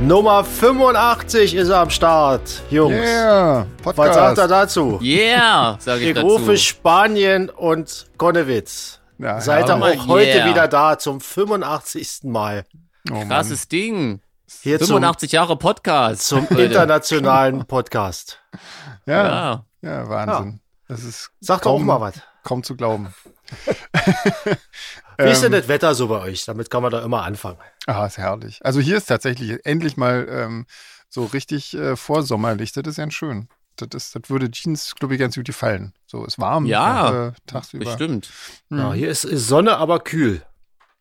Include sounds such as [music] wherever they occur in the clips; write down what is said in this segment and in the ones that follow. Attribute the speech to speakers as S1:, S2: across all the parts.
S1: Nummer 85 ist am Start, Jungs.
S2: Yeah,
S1: Was sagt er
S2: Podcast.
S1: dazu?
S3: Yeah, sage ich
S1: Ich
S3: dazu.
S1: rufe Spanien und Konnewitz.
S2: Ja,
S1: Seid ihr
S2: herrlich.
S1: auch heute
S3: Yeah.
S1: wieder da zum 85. Mal
S2: Oh, Mann.
S3: Krasses Ding.
S1: hier zum,
S3: 85 Jahre Podcast.
S1: zum
S3: Leute.
S1: internationalen Podcast.
S2: Ja,
S3: Ja.
S2: ja, Wahnsinn. Das ist
S1: Sag doch auch
S2: kaum-
S1: mal was.
S2: Kaum zu glauben.
S1: [laughs]
S2: [laughs]
S1: Wie ist denn
S2: ähm,
S1: das Wetter so bei euch? Damit kann man da immer anfangen.
S2: Ah, ist herrlich. Also hier ist tatsächlich endlich mal ähm, so richtig äh, vorsommerlich. Das ist ganz schön. Das, ist, das würde Jeans, glaube ich, ganz gut gefallen. So ist warm.
S3: Ja,
S2: äh, tagsüber.
S3: bestimmt.
S2: Hm.
S1: Ja, hier ist, ist Sonne, aber kühl.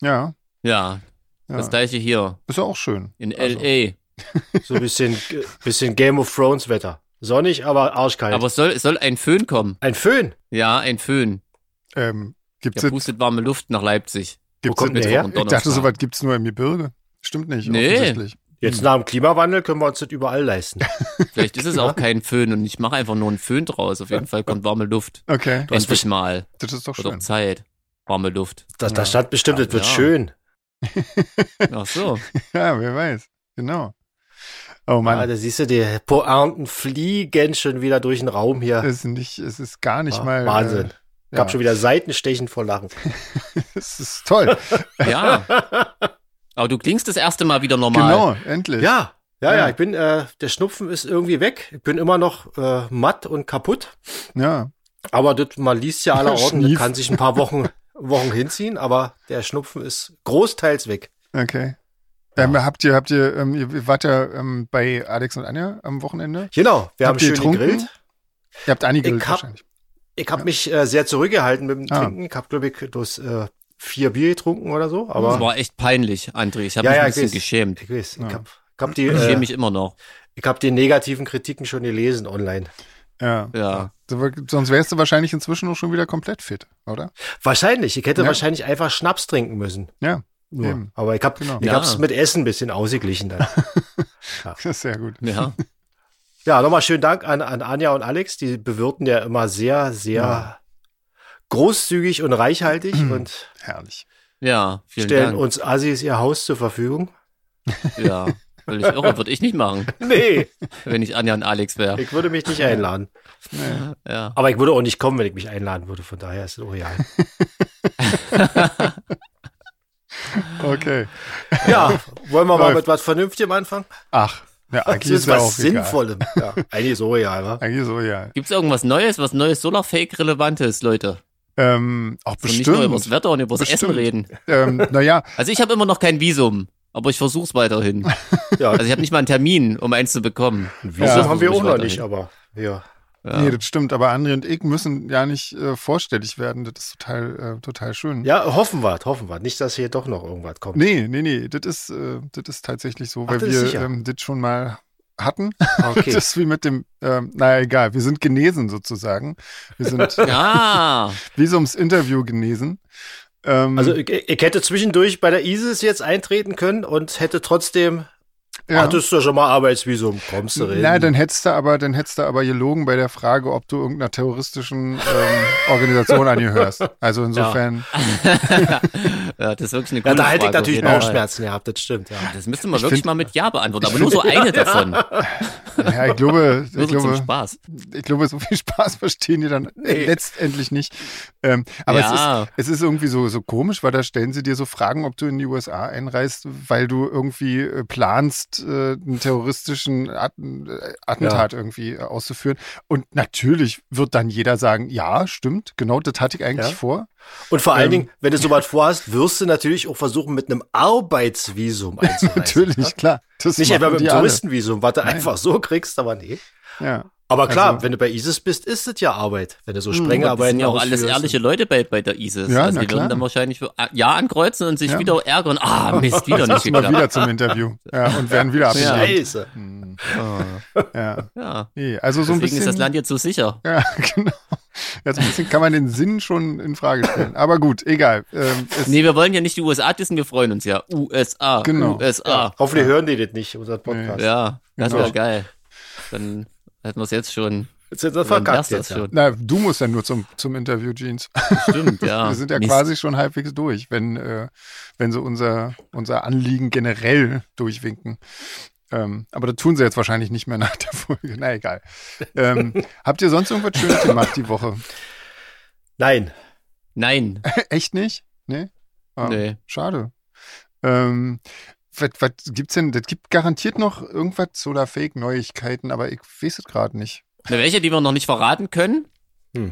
S2: Ja,
S3: Ja,
S2: ja.
S3: das gleiche hier
S2: ist ja auch schön.
S3: in
S2: Also.
S3: L.A.
S1: halt. So ein
S2: [laughs]
S1: bisschen, bisschen Game of Thrones Wetter. Sonnig, aber arschkalt.
S3: Aber es soll, es soll ein Föhn kommen.
S1: ein Föhn.
S3: Ja, ein Föhn.
S2: Ähm, gibt's
S3: Der
S2: das-
S3: pustet warme Luft nach Leipzig.
S2: gibt's
S1: kommt
S2: das-
S1: der her?
S2: Ich dachte, sowas gibt es nur im Gebirge. Stimmt nicht,
S3: Nee.
S2: offensichtlich.
S3: Hm.
S1: Jetzt nach dem Klimawandel können wir uns das überall leisten. [laughs]
S3: Vielleicht ist es auch kein Föhn und ich mache einfach nur einen Föhn draus. Auf jeden Fall kommt warme Luft.
S2: Okay,
S1: hast
S3: Endlich mal.
S2: das ist doch
S3: Wird auch
S2: schön.
S3: Zeit. Warme Luft.
S1: Da, da
S2: Ja.
S1: stand bestimmt, das wird
S3: Ja.
S1: schön. [laughs]
S3: Ach so.
S2: [laughs] Ja, wer weiß. Genau. Oh
S1: Ah,
S2: Mann,
S1: da siehst du, die Pointen fliegen schon wieder durch den Raum hier.
S2: es ist nicht, es ist gar nicht
S1: Ah,
S2: mal.
S1: Wahnsinn.
S2: Äh,
S1: Gab
S2: ja.
S1: schon wieder Seitenstechen vor Lachen.
S2: Es
S1: [laughs]
S2: ist toll.
S3: Ja. Aber du klingst das erste Mal wieder normal.
S2: Genau, endlich.
S1: Ja, ja, ja,
S2: [laughs] Ja.
S1: ich bin, äh, der Schnupfen ist irgendwie weg. Ich bin immer noch äh, matt und kaputt.
S2: ja.
S1: Aber das, man liest ja
S2: [laughs]
S1: aller Orten, das
S2: Schnief.
S1: kann sich ein paar
S2: [laughs]
S1: Wochen, Wochen hinziehen, aber der Schnupfen ist großteils weg.
S2: Okay.
S1: Ja.
S2: Ähm, habt ihr, habt ihr, ähm, ihr wart ja ähm, bei Alex und Anja am Wochenende?
S1: Genau, wir haben
S2: Habt ihr
S1: schön
S2: getrunken?
S1: gegrillt.
S2: Ihr habt Anni gegrillt
S1: hab-
S2: wahrscheinlich.
S1: Ich habe mich äh, sehr zurückgehalten mit dem
S2: Ah.
S1: Trinken. Ich habe, glaube ich, bloß äh, vier Bier getrunken oder so.
S3: Das
S1: Aber
S3: war echt peinlich, André. Ich habe
S1: Ja,
S3: mich
S1: ja,
S3: ein
S1: ich
S3: bisschen
S1: weiß.
S3: geschämt.
S1: ich weiß,
S2: Ja.
S1: ich habe hab die,
S3: Ich schäme
S1: äh,
S3: mich immer noch.
S1: ich hab die negativen Kritiken schon gelesen online.
S2: Ja.
S3: Ja.
S2: So, weil- Sonst wärst du wahrscheinlich inzwischen auch schon wieder komplett fit, oder? [laughs]
S1: Wahrscheinlich. Ich hätte
S2: Ja.
S1: wahrscheinlich einfach Schnaps trinken müssen.
S2: Ja.
S1: Nur.
S2: Eben.
S1: Aber ich habe
S2: Genau.
S1: ich
S3: Ja.
S1: hab's mit Essen ein bisschen ausgeglichen
S2: [laughs]
S1: dann.
S2: Sehr gut.
S3: Ja.
S1: ja, nochmal schönen Dank an, an Anja und Alex. Die bewirten ja immer sehr, sehr
S2: Ja. Mhm.
S1: großzügig und reichhaltig und
S2: Herrlich.
S3: Ja. Vielen
S1: stellen
S3: Dank.
S1: uns Assis ihr Haus zur
S2: [laughs]
S1: Verfügung.
S3: Ja. Weil ich irre, würde ich nicht machen,
S1: Nee,
S3: wenn ich Anja und Alex wäre.
S1: ich würde mich nicht einladen.
S2: Nee.
S3: Ja.
S1: Aber ich würde auch nicht kommen, wenn ich mich einladen würde. Von daher ist es
S2: [laughs]
S1: real.
S2: Okay.
S1: Ja, wollen wir mal
S2: Läuft.
S1: mit was Vernünftigem anfangen?
S2: Ach, ja, eigentlich ist
S1: Zumindest
S2: ja auch
S1: was
S2: Egal.
S1: Sinnvollem. Ja, eigentlich ist auch real, wa?
S2: Eigentlich so, ja.
S3: Gibt's irgendwas Neues, was Neues Solarfake-Relevantes, Leute?
S2: Ähm, auch
S3: Und nicht nur über das
S2: bestimmt.
S3: Wetter und über das
S2: Bestimmt.
S3: Essen reden.
S2: Ähm, naja,
S3: Also ich habe immer noch kein Visum, aber ich versuch's weiterhin.
S1: Ja,
S3: Also ich habe nicht mal einen Termin, um eins zu bekommen.
S1: Visum
S2: Ja.
S1: haben wir auch noch
S3: Weiterhin.
S1: nicht, aber ja.
S3: Ja.
S2: nee, das stimmt, aber André und ich müssen ja nicht äh, vorstellig werden. Das ist total, äh, total schön.
S1: Ja, hoffen wir, hoffen wir. Nicht, dass hier doch noch irgendwas kommt.
S2: Nee, nee, nee, das ist, äh, das ist tatsächlich so, weil
S1: das ist
S2: wir
S1: sicher.
S2: ähm, das schon mal hatten.
S1: [laughs] [laughs] Okay.
S2: Das ist wie mit dem, ähm, naja, egal, wir sind genesen sozusagen. Wir
S1: [laughs]
S2: sind [laughs]
S3: Ah,
S2: Visumsinterview genesen. Ähm,
S1: Also ich, ich hätte zwischendurch bei der ISIS jetzt eintreten können und hätte trotzdem,
S2: ja.
S1: hattest du schon mal Arbeitsvisum, kommst du rein.
S2: Na, dann hättest du aber, dann hättest du aber gelogen bei der Frage, ob du irgendeiner terroristischen ähm,
S1: [laughs]
S2: Organisation angehörst. Also insofern,
S3: [laughs] ja, das ist wirklich eine gute
S1: ja, da hätte ich
S3: Frage, auf
S1: natürlich
S3: jeden Fall.
S1: Bauchschmerzen gehabt, das stimmt. Ja.
S3: Das müsste man wirklich
S2: find-
S3: mal mit Ja beantworten, aber nur so
S1: [laughs]
S3: eine davon.
S2: ja, ich glaube,
S3: Nur
S2: ich
S3: so zum
S2: glaube,
S3: Spaß.
S2: ich glaube, so viel [laughs] Spaß verstehen die dann äh, letztendlich nicht. Ähm, aber
S3: Ja.
S2: es, ist, es ist irgendwie so, so komisch, weil da stellen sie dir so Fragen, ob du in die USA einreist, weil du irgendwie äh, planst, äh, einen terroristischen At äh, Attentat irgendwie äh, auszuführen. Und natürlich wird dann jeder sagen, ja, stimmt, genau, das hatte ich eigentlich
S1: Ja.
S2: vor.
S1: Und vor allen
S2: Ähm.
S1: Dingen, wenn du sowas vorhast, wirst du natürlich auch versuchen, mit einem
S2: [laughs]
S1: Arbeitsvisum einzureisen.
S2: Natürlich,
S1: Ja?
S2: klar. Das
S1: Nicht
S2: machen
S1: etwa mit
S2: die
S1: dem
S2: alle.
S1: Touristenvisum, was du einfach so kriegst, aber nee.
S2: Ja.
S1: Aber klar,
S2: Also- Hm,
S1: wenn du bei ISIS bist, ist es ja Arbeit. Wenn du so
S3: Das
S1: Sprengarbeiten
S3: sind ja auch alles
S1: ausführst.
S3: ehrliche Leute bei, bei der ISIS.
S2: Ja,
S3: also
S2: na
S3: die
S2: klar.
S3: würden dann wahrscheinlich für Ah, Ja ankreuzen und sich
S2: Ja.
S3: wieder ärgern. Ah, Mist,
S2: [laughs]
S3: wieder nicht
S2: Mal
S3: geklappt.
S2: wieder zum Interview. Ja, und werden
S3: [laughs]
S2: wieder abgelehnt.
S1: Scheiße.
S2: Hm,
S3: Ah,
S2: Ja.
S3: Ja.
S2: Nee, Also so ein
S3: Deswegen
S2: bisschen.
S3: ist das Land jetzt so sicher.
S2: [laughs] Ja, genau. Jetzt ein bisschen kann man den Sinn schon in Frage stellen. Aber gut, egal. Ähm, es,
S3: Nee, wir wollen ja nicht die USA dissen, wir freuen uns ja. USA,
S2: Genau.
S3: USA.
S1: Hoffentlich hören die das nicht, unser Podcast.
S3: Ja, das
S2: Genau.
S3: wäre geil. Dann hätten wir es jetzt schon.
S1: Jetzt sind wir
S3: Dann
S1: verkackt
S3: wär's
S1: jetzt. Ja.
S3: das schon.
S2: Na, du musst ja nur zum, zum Interview, Jeans.
S3: Stimmt,
S2: [laughs]
S3: ja.
S2: Wir sind ja
S3: Ah, Mist.
S2: quasi schon halbwegs durch, wenn, äh, wenn sie unser, unser Anliegen generell durchwinken. Ähm, aber das tun sie jetzt wahrscheinlich nicht mehr [laughs] nach der Folge. Na egal. Ähm, habt ihr sonst irgendwas Schönes gemacht die Woche?
S1: Nein.
S3: Nein.
S2: Echt nicht? Nee? Ah,
S3: Nee.
S2: Schade. Ähm, was, was gibt's denn? Das gibt garantiert noch irgendwas oder Fake-Neuigkeiten, aber ich weiß es gerade nicht.
S3: Eine welche, die wir noch nicht verraten können.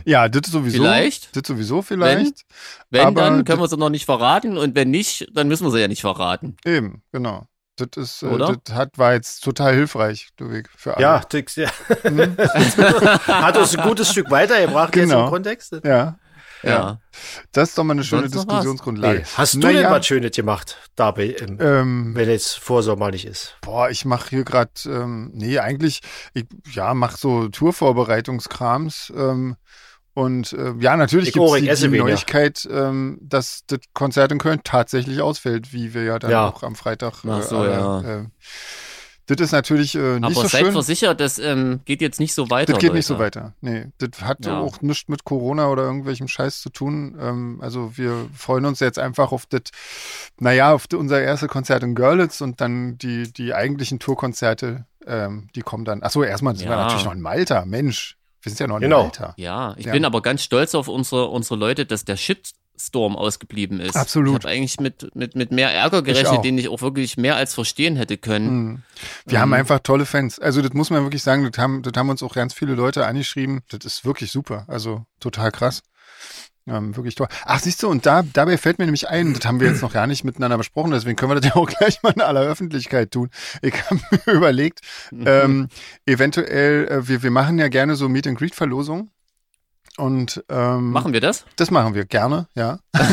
S2: Ja, das sowieso.
S3: Vielleicht.
S2: Das sowieso vielleicht.
S3: Wenn,
S2: Aber
S3: dann können
S2: d-
S3: wir sie noch nicht verraten. Und wenn nicht, dann müssen wir sie ja nicht verraten.
S2: Eben, genau. Das ist, äh,
S3: Oder?
S2: das hat, war jetzt total hilfreich, Ludwig,
S3: Ah.
S2: für alle.
S1: Ja, Tix, ja.
S2: Hm?
S1: hat uns ein gutes Stück weitergebracht jetzt
S2: Genau.
S1: im Kontext.
S2: ja.
S3: Ja.
S2: Ja. Das ist doch mal eine schöne
S3: Sonst noch was?
S2: Diskussionsgrundlage.
S1: Nee. Hast du denn
S2: Naja,
S1: was Schönes gemacht, dabei, im,
S2: ähm,
S1: wenn jetzt vorsommerlich ist?
S2: Boah, ich mache hier gerade, ähm, nee, eigentlich, ich ja, mache so Tourvorbereitungskrams. Ähm, und äh, ja, natürlich
S1: Ich
S2: gibt
S1: auch,
S2: es
S1: ich
S2: die,
S1: esse
S2: die
S1: weniger.
S2: Neuigkeit, ähm, dass das Konzert in Köln tatsächlich ausfällt, wie wir ja dann
S1: Ja.
S2: auch am Freitag.
S3: Ach so,
S2: alle,
S3: ja.
S2: äh, das ist natürlich äh, nicht
S3: Aber
S2: so
S3: seid
S2: schön.
S3: versichert, das ähm, geht jetzt nicht so weiter.
S2: Das geht nicht
S3: Leute.
S2: so weiter. Nee, das hat
S3: Ja.
S2: auch nichts mit Corona oder irgendwelchem Scheiß zu tun. Ähm, also wir freuen uns jetzt einfach auf das, naja, auf d- unser erstes Konzert in Görlitz und dann die, die eigentlichen Tourkonzerte, ähm, die kommen dann. Achso, erstmal sind wir
S3: Ja.
S2: natürlich noch in Malta. Mensch, wir sind ja noch in
S1: Genau.
S2: Malta.
S3: Ja, ich
S2: Ja.
S3: bin aber ganz stolz auf unsere, unsere Leute, dass der Shitstorm ausgeblieben ist.
S2: Absolut.
S3: Ich habe eigentlich mit, mit, mit mehr Ärger
S2: auch.
S3: gerechnet, den ich auch wirklich mehr als verstehen hätte können.
S2: Mhm. Wir
S3: Ähm.
S2: haben einfach tolle Fans. Also das muss man wirklich sagen, das haben, das haben uns auch ganz viele Leute angeschrieben. Das ist wirklich super. Also total krass. Ähm, wirklich toll. Ach, siehst du, und da, dabei fällt mir nämlich ein, das haben wir jetzt noch gar nicht miteinander besprochen, deswegen können wir das ja auch [laughs] gleich mal in aller Öffentlichkeit tun. Ich habe [laughs] mir überlegt, ähm, eventuell, äh, wir, wir machen ja gerne so Meet and Greet-Verlosungen. Und ähm,
S3: Machen wir das?
S2: das machen wir gerne, ja. [laughs]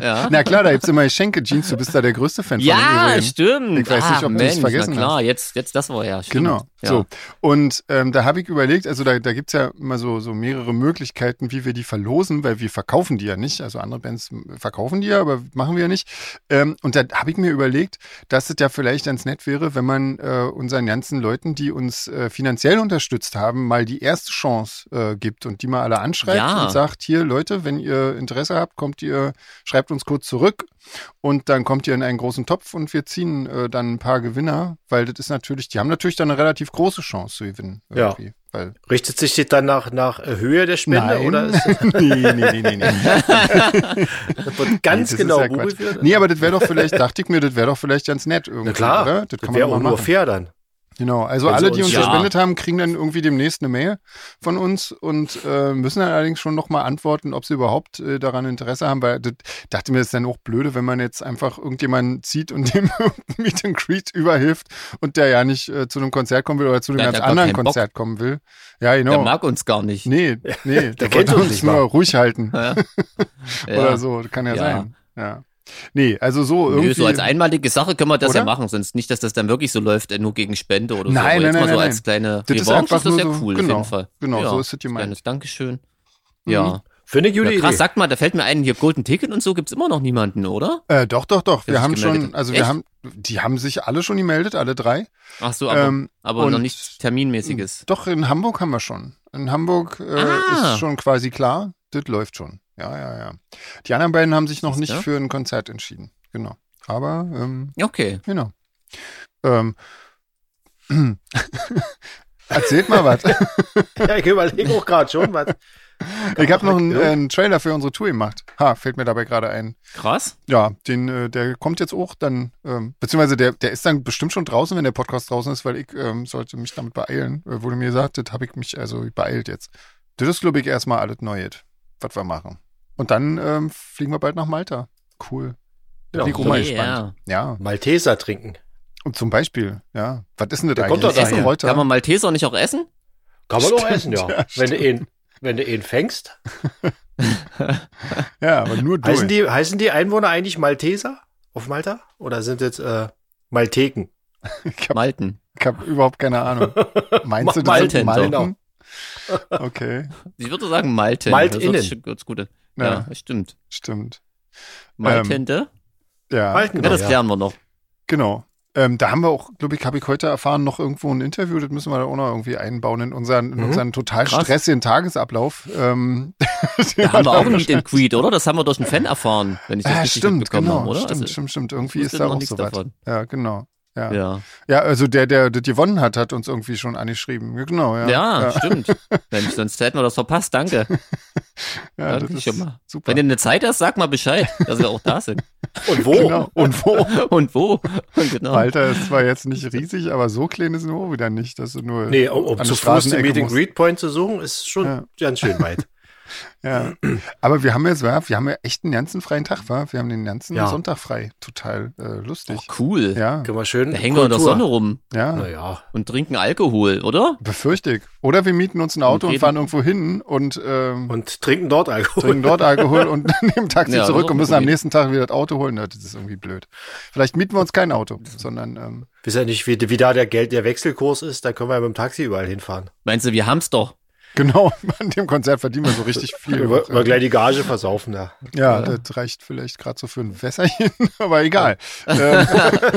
S3: Ja.
S2: Na klar, da gibt's immer Geschenke, Jeans, du bist da der größte Fan von
S3: ja,
S2: übrigens.
S3: stimmt.
S2: Ich weiß
S3: Ah,
S2: nicht, ob du es
S3: Mensch,
S2: vergessen
S3: na klar, Jetzt, jetzt das war ja. Stimmt.
S2: Genau.
S3: Ja.
S2: So. Und ähm, da habe ich überlegt, also da, da gibt's ja immer so, so mehrere Möglichkeiten, wie wir die verlosen, weil wir verkaufen die ja nicht. Also andere Bands verkaufen die ja, aber machen wir ja nicht. Ähm, und da habe ich mir überlegt, dass es ja vielleicht ganz nett wäre, wenn man äh, unseren ganzen Leuten, die uns äh, finanziell unterstützt haben, mal die erste Chance äh, gibt und die mal alle anschreibt
S3: Ja.
S2: und sagt, hier Leute, wenn ihr Interesse habt, kommt ihr, schreibt uns kurz zurück und dann kommt ihr in einen großen Topf und wir ziehen äh, dann ein paar Gewinner, weil das ist natürlich, die haben natürlich dann eine relativ große Chance zu gewinnen.
S1: Ja.
S2: Irgendwie, Weil,
S1: Richtet sich das dann nach, nach Höhe der Spende oder
S2: [laughs]
S1: ist
S2: nee, nee, nee, nee, nee. [laughs]
S1: das wird ganz
S2: das ist
S1: genau
S2: ja
S1: Google
S2: Quatsch.
S1: wird?
S2: Nee, aber das wäre doch vielleicht, dachte ich mir, das wäre doch vielleicht ganz nett irgendwie.
S1: Na klar,
S2: oder?
S1: das,
S2: Das kann man
S1: wäre
S2: doch mal
S1: auch nur
S2: machen.
S1: fair dann.
S2: Genau, also
S1: Wenn sie
S2: alle, die
S1: uns-
S2: uns
S3: Ja.
S2: gespendet haben, kriegen dann irgendwie demnächst eine Mail von uns und äh, müssen dann allerdings schon nochmal antworten, ob sie überhaupt äh, daran Interesse haben, weil das, dachte mir, das ist dann auch blöde, wenn man jetzt einfach irgendjemanden zieht und [laughs] dem irgendein Meet and Greet überhilft und der ja nicht äh, zu einem Konzert kommen will oder zu einem
S3: Der hat
S2: ganz
S3: ja gar
S2: anderen
S3: keinen
S2: Konzert kommen will. Ja,
S3: Der
S2: genau.
S3: mag uns gar nicht.
S2: Nee, nee, der,
S1: kennt
S2: wollte
S1: uns
S2: uns
S1: nicht
S2: nur
S1: mal.
S2: ruhig halten
S3: Ja.
S2: oder so, das kann ja,
S3: [laughs] Ja.
S2: sein. Ja. Nee, also so irgendwie.
S3: Nö, so als einmalige Sache können wir das
S2: Oder?
S3: ja machen, sonst nicht, dass das dann wirklich so läuft, äh, nur gegen Spende oder so.
S2: Nein,
S3: Aber
S2: nein,
S3: jetzt mal
S2: nein,
S3: so
S2: nein,
S3: als kleine
S2: Das ist
S3: Revanche
S2: einfach
S3: das
S2: nur
S3: ja
S2: so-
S3: cool
S2: genau,
S3: auf jeden Fall.
S2: genau,
S3: ja,
S2: so ist das gemeint.
S3: Kleines Dankeschön.
S2: Mhm.
S3: Ja.
S1: Finde ich eine gute
S3: ja. Krass,
S1: Idee.
S3: sagt mal, da fällt mir ein, hier Golden Ticket und so gibt's immer noch niemanden, oder?
S2: Äh, doch, doch, doch.
S3: Der
S2: Wir
S3: sich
S2: haben
S3: gemeldet
S2: schon,
S3: hat.
S2: also wir
S3: Echt?
S2: haben, die haben sich alle schon gemeldet, alle drei.
S3: Ach so, aber,
S2: Ähm,
S3: aber noch
S2: und-
S3: nichts Terminmäßiges.
S2: Doch, in Hamburg haben wir schon. In Hamburg äh,
S3: Ah.
S2: ist schon quasi klar, das läuft schon. Ja, ja, ja. Die anderen beiden haben sich noch
S3: Siehst
S2: nicht
S3: du?
S2: für ein Konzert entschieden. Genau. Aber, ähm,
S3: Okay.
S2: genau. Ähm, [clears throat] Erzählt mal
S3: [laughs]
S2: was.
S1: [laughs] Ja, ich überlege auch gerade schon was.
S2: Ich habe noch einen,
S1: Ja.
S2: äh, einen Trailer für unsere Tour gemacht. Ha, fällt mir dabei gerade ein.
S3: Krass.
S2: Ja, den, äh, der kommt jetzt auch dann, ähm, beziehungsweise der, der ist dann bestimmt schon draußen, wenn der Podcast draußen ist, weil ich ähm, sollte mich damit beeilen. Äh, wurde mir gesagt, das habe ich mich also beeilt jetzt. Das ist, glaube ich, erstmal alles Neues, was wir machen. Und dann ähm, fliegen wir bald nach Malta. Cool. Da
S1: Ja,
S2: bin ich auch mal
S3: okay,
S2: gespannt. Ja,
S1: Malteser trinken.
S2: und zum Beispiel, ja. Was ist denn das
S1: Der kommt
S2: eigentlich?
S1: doch
S2: Ist das
S1: daher.
S2: Kräuter?
S3: Kann man Malteser nicht auch essen?
S1: Kann man doch
S2: Stimmt,
S1: essen, ja.
S2: ja,
S1: wenn,
S2: stimmt.
S1: du ihn, wenn du ihn fängst.
S2: ja, aber nur durch.
S1: Heißen die, heißen die Einwohner eigentlich Malteser auf Malta? Oder sind jetzt äh, Malteken?
S2: ich habe
S3: Malten.
S2: hab überhaupt keine Ahnung. Meinst du, das
S1: Malten,
S2: sind Malten?
S1: genau.
S2: Okay,
S3: Ich würde sagen Malten.
S1: Maltinnen.
S3: Das ist ganz gut.
S2: ja,
S3: Ja, das stimmt.
S2: stimmt.
S3: Maltente?
S2: Ja,
S1: Malten,
S3: ja, das
S1: ja.
S3: klären wir noch.
S2: Genau. Ähm, da haben wir auch, glaube ich, habe ich heute erfahren, noch irgendwo ein Interview, das müssen wir da auch noch irgendwie einbauen in unseren, in
S1: Mhm.
S2: unseren total
S3: Krass.
S2: stressigen Tagesablauf. Ähm, [laughs]
S3: Da haben wir auch ein Meet and Greet, oder? Das haben wir durch einen Fan erfahren, wenn ich das
S2: Ja,
S3: richtig
S2: stimmt,
S3: mitbekommen
S2: genau,
S3: habe, oder?
S2: stimmt,
S3: Also,
S2: stimmt, stimmt.
S3: ich
S2: Irgendwie
S3: wusste
S2: ist da
S3: noch
S2: auch
S3: nichts
S2: so was.
S3: davon.
S2: Ja, genau. Ja. ja.
S3: Ja.
S2: also der, der das gewonnen hat, hat uns irgendwie schon angeschrieben. Ja, Genau, ja.
S3: Ja, stimmt. Mensch, sonst hätten wir das
S2: [laughs]
S3: verpasst. Danke.
S2: Ja,
S3: Danke
S2: das ist
S3: schon mal.
S2: super.
S3: Wenn ihr eine Zeit hast, sag mal Bescheid, dass wir auch da sind. [laughs]
S1: Und wo?
S2: Genau.
S3: Oh!
S2: Und wo?
S3: Und wo. [laughs] Und genau.
S2: Malta ist zwar jetzt nicht riesig, aber so klein ist nur wieder nicht, dass du nur.
S1: Nee, um, um
S2: an
S1: zu Fuß den
S2: der Straßenecke
S1: Meeting
S2: musst.
S1: Greet Point zu suchen, ist schon
S2: Ja.
S1: ganz schön weit.
S2: Ja. Aber wir haben jetzt, ja, wir haben ja echt einen ganzen freien Tag, war. Wir haben den ganzen
S1: Ja.
S2: Sonntag frei. Total äh, lustig.
S3: Oh, Cool.
S2: [laughs] ja,
S1: Können wir schön.
S3: Da hängen wir in der
S1: Kultur.
S3: Sonne rum
S2: ja.
S1: Naja.
S3: und trinken Alkohol, oder?
S2: Befürchte ich. Oder wir mieten uns ein Auto und,
S3: reden.
S2: fahren irgendwo hin und ähm,
S1: Und trinken dort Alkohol.
S2: [laughs] trinken dort Alkohol und [laughs] nehmen Taxi
S3: Ja, das ist
S2: zurück und
S3: auch eine
S2: müssen am
S3: gute
S2: nächsten Tag wieder das Auto holen. Das ist irgendwie blöd. Vielleicht mieten wir uns kein Auto, sondern ähm, [laughs]
S1: Wisst ja nicht, wie, wie da der Geld, der Wechselkurs ist, da können wir ja mit dem Taxi überall hinfahren.
S3: Meinst du, wir haben's
S2: [laughs]
S3: doch?
S2: genau, an dem Konzert verdienen wir so richtig viel.
S1: Über, über gleich die Gage versaufen, ja.
S2: ja, das reicht vielleicht gerade so für ein Wässerchen, [laughs] aber egal. Ähm,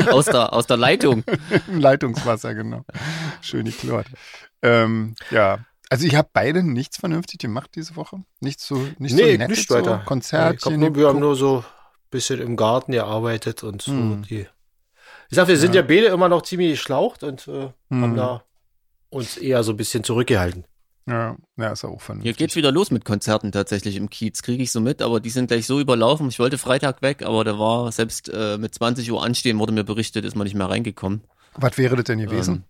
S3: aus, der, aus der Leitung.
S2: Im Leitungswasser, genau. Schön geklort. Ähm, ja. Also ich habe beide nichts vernünftig gemacht diese Woche. Nichts so, nicht so nett, so
S1: ich glaub,
S2: Konzertchen.
S1: nur, wir haben
S2: geguckt.
S1: nur so ein bisschen im Garten gearbeitet und so
S2: Hm.
S1: die. Ich sag, wir sind ja, beide immer noch ziemlich geschlaucht und äh, haben
S2: Hm.
S1: da uns eher so ein bisschen zurückgehalten.
S2: ja, ja, ist ja auch
S3: Hier
S2: vernünftig.
S3: geht's wieder los mit Konzerten tatsächlich im Kiez, kriege ich so mit, aber die sind gleich so überlaufen. Ich wollte Freitag weg, aber da war selbst äh, mit 20 Uhr anstehen, wurde mir berichtet, ist man nicht mehr reingekommen.
S2: Was wäre das denn gewesen?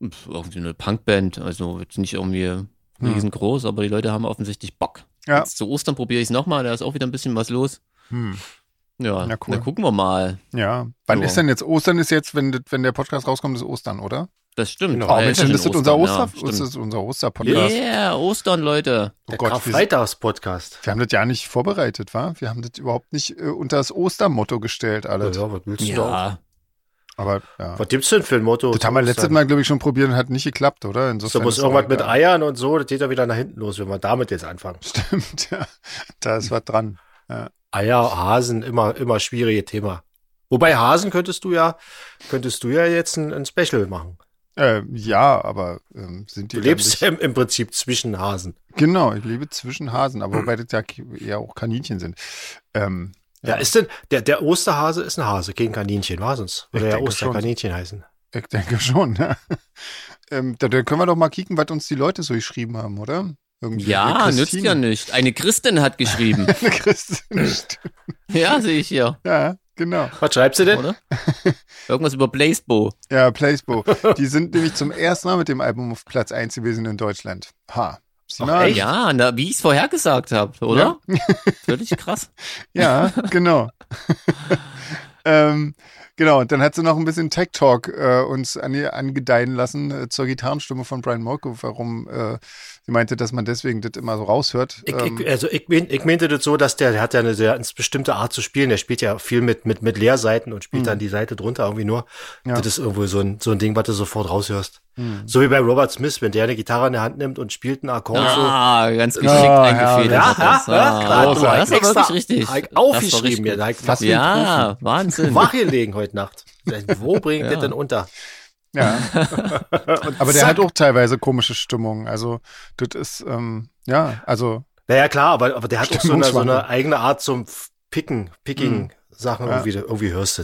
S3: Ähm, pf, irgendwie eine Punkband, also jetzt nicht irgendwie riesengroß, aber die Leute haben offensichtlich Bock.
S2: Hm. Ja.
S3: Jetzt zu Ostern probiere ich es nochmal, da ist auch wieder ein bisschen was los.
S1: Ähm.
S2: Hm.
S3: Ja,
S2: Na
S3: na
S2: cool.
S3: cool. dann gucken wir mal.
S2: Hm. Ja. Wann
S3: Ja.
S2: ist denn jetzt Ostern? Ist jetzt, wenn, das- wenn der Podcast rauskommt, ist Ostern, oder?
S3: Das stimmt.
S1: Genau.
S2: Oh,
S3: Ah,
S2: Mensch,
S3: ja
S2: dann
S3: schon
S2: ist das unser Oster,
S3: Ostern,
S2: ist das
S3: Ja,
S2: ist unser Osterpodcast.
S3: stimmt. yeah, Ostern, Leute.
S2: Oh
S1: Der
S2: Gott, wir,
S1: Karfreitags-Podcast.
S2: wir haben das ja nicht vorbereitet, war? Wir haben das überhaupt nicht äh, unter das Ostermotto gestellt, alles.
S1: Ja, was willst du da?
S3: Ja,
S2: Aber ja.
S1: Was gibt's denn für ein Motto?
S2: Das haben wir letztes
S1: Ostern?
S2: Mal, glaube ich, schon probiert und hat nicht geklappt, oder?
S1: So
S2: Insofern
S1: muss
S2: ist auch
S1: irgendwas mit
S2: egal.
S1: Eiern und so, das geht ja wieder nach hinten los, wenn wir damit jetzt anfangen.
S2: [laughs] Stimmt, ja. Da ist was dran.
S1: Eier, Hasen, immer, immer schwierige Thema. Wobei Hasen könntest du ja, könntest du ja jetzt ein, ein Special machen.
S2: Ähm, ja, aber ähm, sind die.
S1: Du
S2: dann
S1: lebst
S2: nicht-
S1: ja im, im Prinzip zwischen Hasen.
S2: [laughs] Genau, ich lebe zwischen Hasen, aber wobei das ja ki- eher auch Kaninchen sind. Ähm,
S1: Ja, ist denn, der, der Osterhase ist ein Hase, kein Kaninchen, war sonst? Würde
S2: Ich
S1: ja
S2: denke
S1: Osterkaninchen heißen.
S2: ich denke schon. Ja. Ähm, da, da können wir doch mal kicken, was uns die Leute so geschrieben haben, oder? Irgendwie ne,
S3: ja
S2: Christine.
S3: nützt ja nicht. Eine Christin hat geschrieben.
S2: Eine [laughs] Christin. stimmt.
S3: ja, sehe ich hier,
S2: ja, genau.
S1: Was schreibst du denn?
S3: oder? Irgendwas über Blazebo.
S2: Ja, Placebo. Die sind nämlich zum ersten Mal mit dem Album auf Platz 1 gewesen in Deutschland. Ha. Sieh
S1: Ach,
S2: mal an.
S1: echt?
S3: Äh, Ja, na, wie ich es vorhergesagt habe, oder? Völlig krass.
S1: [laughs]
S2: Ja, genau. [laughs] ähm, genau, und dann hat sie noch ein bisschen Tech Talk äh, uns an, angedeihen lassen äh, zur Gitarrenstimme von Brian Molko, warum äh, sie meinte, dass man deswegen das immer so raushört.
S1: Ich,
S2: ähm,
S1: ich, also ich, mein, ich meinte das so, dass der, der hat ja eine sehr eine bestimmte Art zu spielen. Der spielt ja viel mit, mit, mit Leerseiten und spielt dann die Seite drunter irgendwie nur.
S2: Mhm. Ja.
S1: Das ist irgendwo so ein, so ein Ding, was du sofort raushörst.
S2: Hm.
S1: So wie bei Robert Smith, wenn der eine Gitarre in der Hand nimmt und spielt einen Akkord so.
S3: Ah, ganz geschickt
S2: Ja,
S3: eingefädelt.
S2: ja,
S3: hat das. Ah,
S1: gerade
S3: oh,
S1: so.
S3: das war
S1: Extra-
S3: wirklich richtig.
S1: hab ich
S3: Das war
S1: Aufgeschrieben,
S3: richtig.
S1: mir, da hab ich
S2: Fast wie ein
S3: Ja, Wahnsinn.
S1: wach gelegen heute Nacht. Wo bringt
S3: Ja.
S1: das denn unter? [laughs]
S2: Ja. Aber der
S1: zack.
S2: hat auch teilweise komische Stimmungen. Also, das ist, ähm, ja, also,
S1: Naja, klar, aber, aber der hat auch so eine, so eine
S2: Stimmungsschwankungen.
S1: eigene Art zum Picken, Picking-Sachen
S2: Mhm. Ja.
S1: irgendwie, irgendwie hörst du.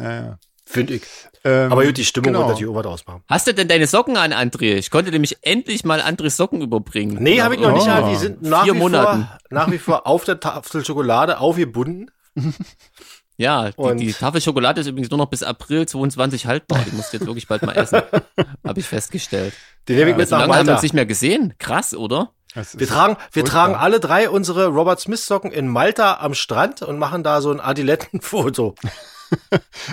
S2: ja, ja.
S1: Finde ich.
S2: Ähm,
S1: Aber gut, die Stimmung
S2: genau.
S1: wird natürlich Ober ausmachen.
S3: Hast du denn deine Socken an, André? Ich konnte nämlich endlich mal Andres Socken überbringen.
S1: Nee, habe ich noch
S2: Oh.
S1: nicht. Ja, die sind nach
S3: Ah. Vier
S1: wie,
S3: Monaten.
S1: vor, nach wie vor auf der Tafel Schokolade aufgebunden.
S3: Ja, die,
S1: Und-
S3: die Tafel Schokolade ist übrigens nur noch bis April 22 haltbar. Die musst du jetzt wirklich bald mal
S1: [laughs]
S3: essen. habe ich festgestellt.
S1: Den nehme ich mit
S3: So
S1: nach
S3: lange also haben wir
S1: Malta.
S3: uns nicht mehr gesehen. Krass, oder?
S2: das
S1: Wir
S2: ist-
S1: tragen, wir
S2: furchtbar.
S1: tragen alle drei unsere Robert Smith Socken in Malta am Strand und machen da so ein Adilettenfoto.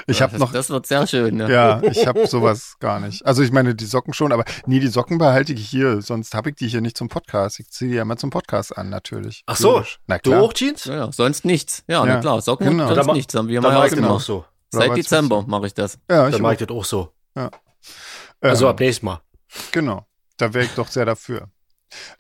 S2: ich habe
S3: das,
S2: noch
S3: Das wird sehr schön. Ja.
S2: Ja, [laughs] ich habe sowas gar nicht. Also ich meine, die Socken schon, aber nee, die Socken behalte ich hier, sonst habe ich die hier nicht zum Podcast. Ich ziehe die ja immer zum Podcast an, natürlich.
S1: Ach so,
S2: Logisch. Na
S1: Du
S2: klar.
S1: auch Jeans?
S3: Ja, ja, sonst nichts. Ja, na
S2: Ja,
S3: klar, Socken
S2: genau.
S3: und
S1: Da ma-
S3: sonst nichts. Haben wir
S1: Dann
S3: mal
S1: mache ich genau. das auch
S3: ausgemacht.
S1: so.
S3: Seit
S2: Robert
S3: Dezember mache ich das.
S2: Ja, ich
S1: Dann mache
S2: auch.
S1: ich das auch so.
S2: Ähm,
S1: Also ab nächstes Mal.
S2: Genau, da wäre ich doch sehr dafür.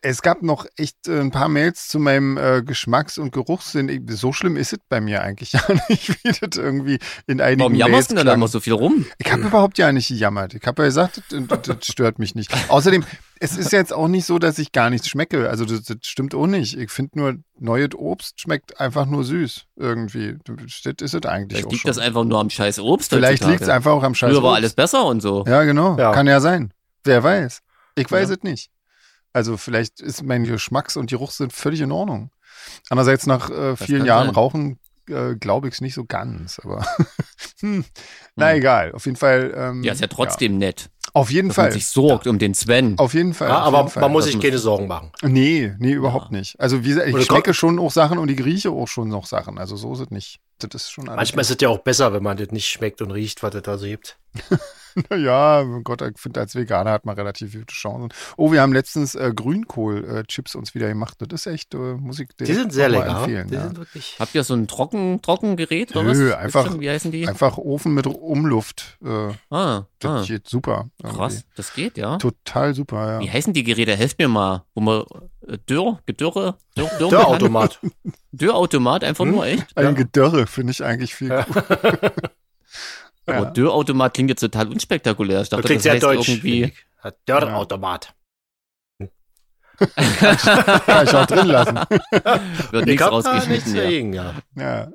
S2: Es gab noch echt äh, ein paar Mails zu meinem äh, Geschmacks- und Geruchssinn. So schlimm ist es bei mir eigentlich [laughs] ja nicht, wie das irgendwie in einigen
S3: Warum
S2: Mails
S3: jammerst du denn da
S2: klang.
S3: immer so viel rum?
S2: Ich habe überhaupt ja nicht gejammert. Ich habe ja gesagt, [laughs] das, das, das stört mich nicht. Außerdem, es ist jetzt auch nicht so, dass ich gar nichts schmecke. Also das, das stimmt auch nicht. Ich finde nur, neues Obst schmeckt einfach nur süß irgendwie. Das ist es eigentlich
S3: Vielleicht
S2: auch
S3: liegt
S2: schon.
S3: das einfach nur am scheiß Obst.
S2: Vielleicht liegt es
S3: heutzutage.
S2: einfach auch am Scheiß.
S3: Früher war
S2: Obst.
S3: alles besser und so.
S2: Ja, genau.
S1: Ja.
S2: Kann ja sein. Wer weiß. Ich weiß
S3: Ja.
S2: es nicht. Also vielleicht ist mein Geschmacks- und Geruch sind völlig in Ordnung. Andererseits nach äh, vielen
S3: kann
S2: Jahren
S3: sein.
S2: Rauchen äh, glaube ich es nicht so ganz. Aber [laughs] hm. na
S3: Hm.
S2: egal. Auf jeden Fall. Ähm,
S3: Ja, ist ja trotzdem nett,
S2: ja. Auf jeden
S3: dass man
S2: Fall.
S3: sich sorgt um den Sven.
S2: Auf jeden Fall.
S1: Ja,
S2: auf
S1: aber
S2: jeden Fall.
S1: man muss
S3: Das
S1: sich
S3: muss-
S1: keine Sorgen machen.
S2: Nee, nee, überhaupt nicht. Also wie gesagt,
S1: Oder
S2: ich
S1: kommt-
S2: schmecke schon auch Sachen und ich rieche auch schon noch Sachen. Also so ist es nicht. Das ist schon alles.
S1: Manchmal ist es ja auch besser, wenn man das nicht schmeckt und riecht, was es da so gibt.
S2: [laughs] Ja, mein Gott, ich finde, als Veganer hat man relativ gute Chancen. Oh, wir haben letztens äh, Grünkohl-Chips uns wieder gemacht. Das ist echt, äh, muss ich
S1: Die
S2: direkt
S1: sind sehr
S2: noch mal
S1: lecker.
S2: empfehlen.
S1: die
S2: Ja.
S1: sind wirklich.
S3: Habt ihr so ein Trocken Trockengerät oder was?
S2: Nö,
S3: Gibt's
S2: einfach-
S3: schon, wie heißen die?
S2: Einfach Ofen mit Umluft. Äh,
S3: ah,
S2: das
S3: ah,
S2: geht super.
S3: krass, das geht, ja.
S2: Irgendwie. Total super,
S3: Wie
S2: ja.
S3: heißen die Geräte? Helft mir mal, wo man äh, Dürr, Gedürre, Dürr, Dürr
S1: Der Automat.
S3: Dürrautomat, einfach
S1: Hm?
S3: nur echt.
S2: Ein Gedörre finde ich eigentlich viel
S1: Ja.
S2: gut.
S3: Aber Dürrautomat klingt jetzt total unspektakulär.
S1: Das
S3: Ich dachte,
S1: klingt
S3: das
S1: sehr
S3: heißt
S1: deutsch.
S3: irgendwie.
S1: Der Automat.
S2: Kann ich auch
S1: [laughs]
S2: drin lassen.
S3: Wird
S1: Ich
S3: nichts
S1: hab da nichts
S3: rausgeschnitten. Ja.
S1: dagegen, ja.
S2: Ja.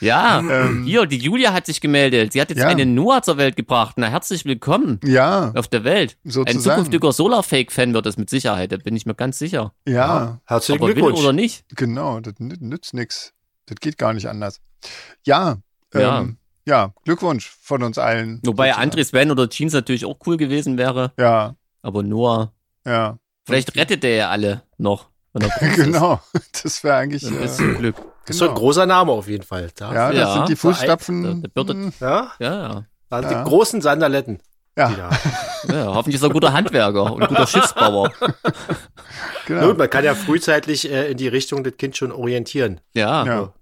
S3: ja.
S1: Hm.
S2: Ähm,
S3: Hier, die Julia hat sich gemeldet. Sie hat jetzt
S2: Ja.
S3: eine Noah zur Welt gebracht. Na, herzlich willkommen
S2: ja,
S3: auf der Welt. Ein
S2: sozusagen.
S3: zukünftiger Solarfake-Fan wird das mit Sicherheit, da bin ich mir ganz sicher.
S2: Ja,
S1: Herzlichen
S3: Aber will
S1: Glückwunsch.
S3: oder nicht?
S2: genau. Das nü- nützt nichts. Das geht gar nicht anders. Ja,
S3: Ja.
S2: ähm, ja, Glückwunsch von uns allen.
S3: Wobei
S2: sozusagen.
S3: Andres Van oder Jeans natürlich auch cool gewesen wäre.
S2: Ja,
S3: Aber Noah,
S2: ja. [laughs]
S3: vielleicht rettet er ja alle noch.
S1: [laughs]
S3: wenn er groß ist.
S2: Genau, das wäre eigentlich.
S3: Dann
S2: Äh,
S3: ist zum Glück.
S1: Das ist so ein
S2: genau.
S1: großer Name auf jeden Fall. Da.
S2: Ja, das
S3: Ja.
S2: sind die
S3: Da-
S2: Fußstapfen.
S3: da birtet-
S2: Hm,
S1: Ja?
S3: Ja,
S1: Da sind
S2: Ja.
S1: die großen Sandaletten. Die
S2: Ja,
S1: da.
S3: ja. ja hoffentlich ist er ein guter Handwerker und guter Schiffsbauer.
S1: Na
S2: genau.
S1: Gut, man kann ja frühzeitlich äh, in die Richtung das Kind schon orientieren.
S3: Ja,
S2: Ja,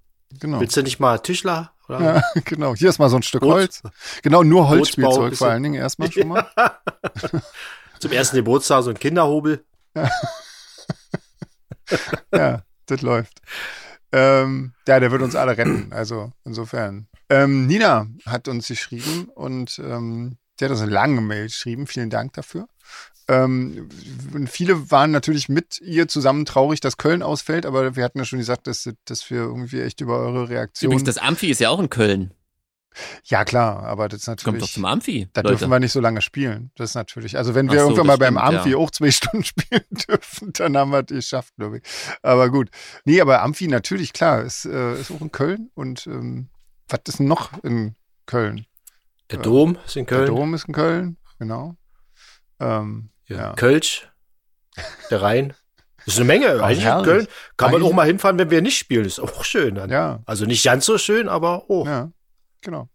S2: genau.
S1: Willst du nicht mal Tischler? Oder?
S2: [laughs] Ja, genau. Hier ist mal so ein Stück
S1: Gut.
S2: Holz. Genau, nur
S1: Holzbau
S2: Holzspielzeug
S1: ist
S2: vor
S1: so-
S2: allen Dingen
S3: [laughs]
S2: erstmal schon mal.
S1: Zum ersten Geburtstag so ein Kinderhobel.
S2: Ja, das läuft. Ähm, ja, der wird uns alle retten. Also insofern. Ähm, Nina hat uns geschrieben und ähm, sie hat uns eine lange Mail geschrieben. Vielen Dank dafür. Ähm, w- viele waren natürlich mit ihr zusammen traurig, dass Köln ausfällt, aber wir hatten ja schon gesagt, dass, dass wir irgendwie echt über eure Reaktion.
S3: übrigens, das Amphi ist ja auch in Köln.
S2: Ja, klar, aber das ist
S3: Kommt doch
S2: natürlich.
S3: zum Amphi,
S2: Da
S3: Leute.
S2: dürfen wir nicht so lange spielen. Das ist natürlich. Also wenn wir
S3: Ach so,
S2: irgendwann mal
S3: das
S2: beim
S3: stimmt,
S2: Amphi
S3: ja.
S2: auch zwei [laughs] Stunden spielen dürfen, dann haben wir es geschafft, glaube ich. Aber gut. Nee, aber Amphi natürlich, klar, ist, äh, ist auch in Köln. Und ähm, was ist denn noch in Köln?
S1: Der
S2: Ja.
S1: Dom ist in
S2: Der
S1: Köln.
S2: Dom ist in Köln, genau. Ähm,
S1: Ja.
S2: ja.
S1: Kölsch. Der Rhein. Das ist eine Menge. Eigentlich in
S2: herrlich.
S1: Köln kann man
S2: Eigentlich-
S1: auch mal hinfahren, wenn wir nicht spielen. Ist auch schön. Dann.
S2: ja,
S1: Also nicht ganz so schön, aber oh.
S2: ja, genau.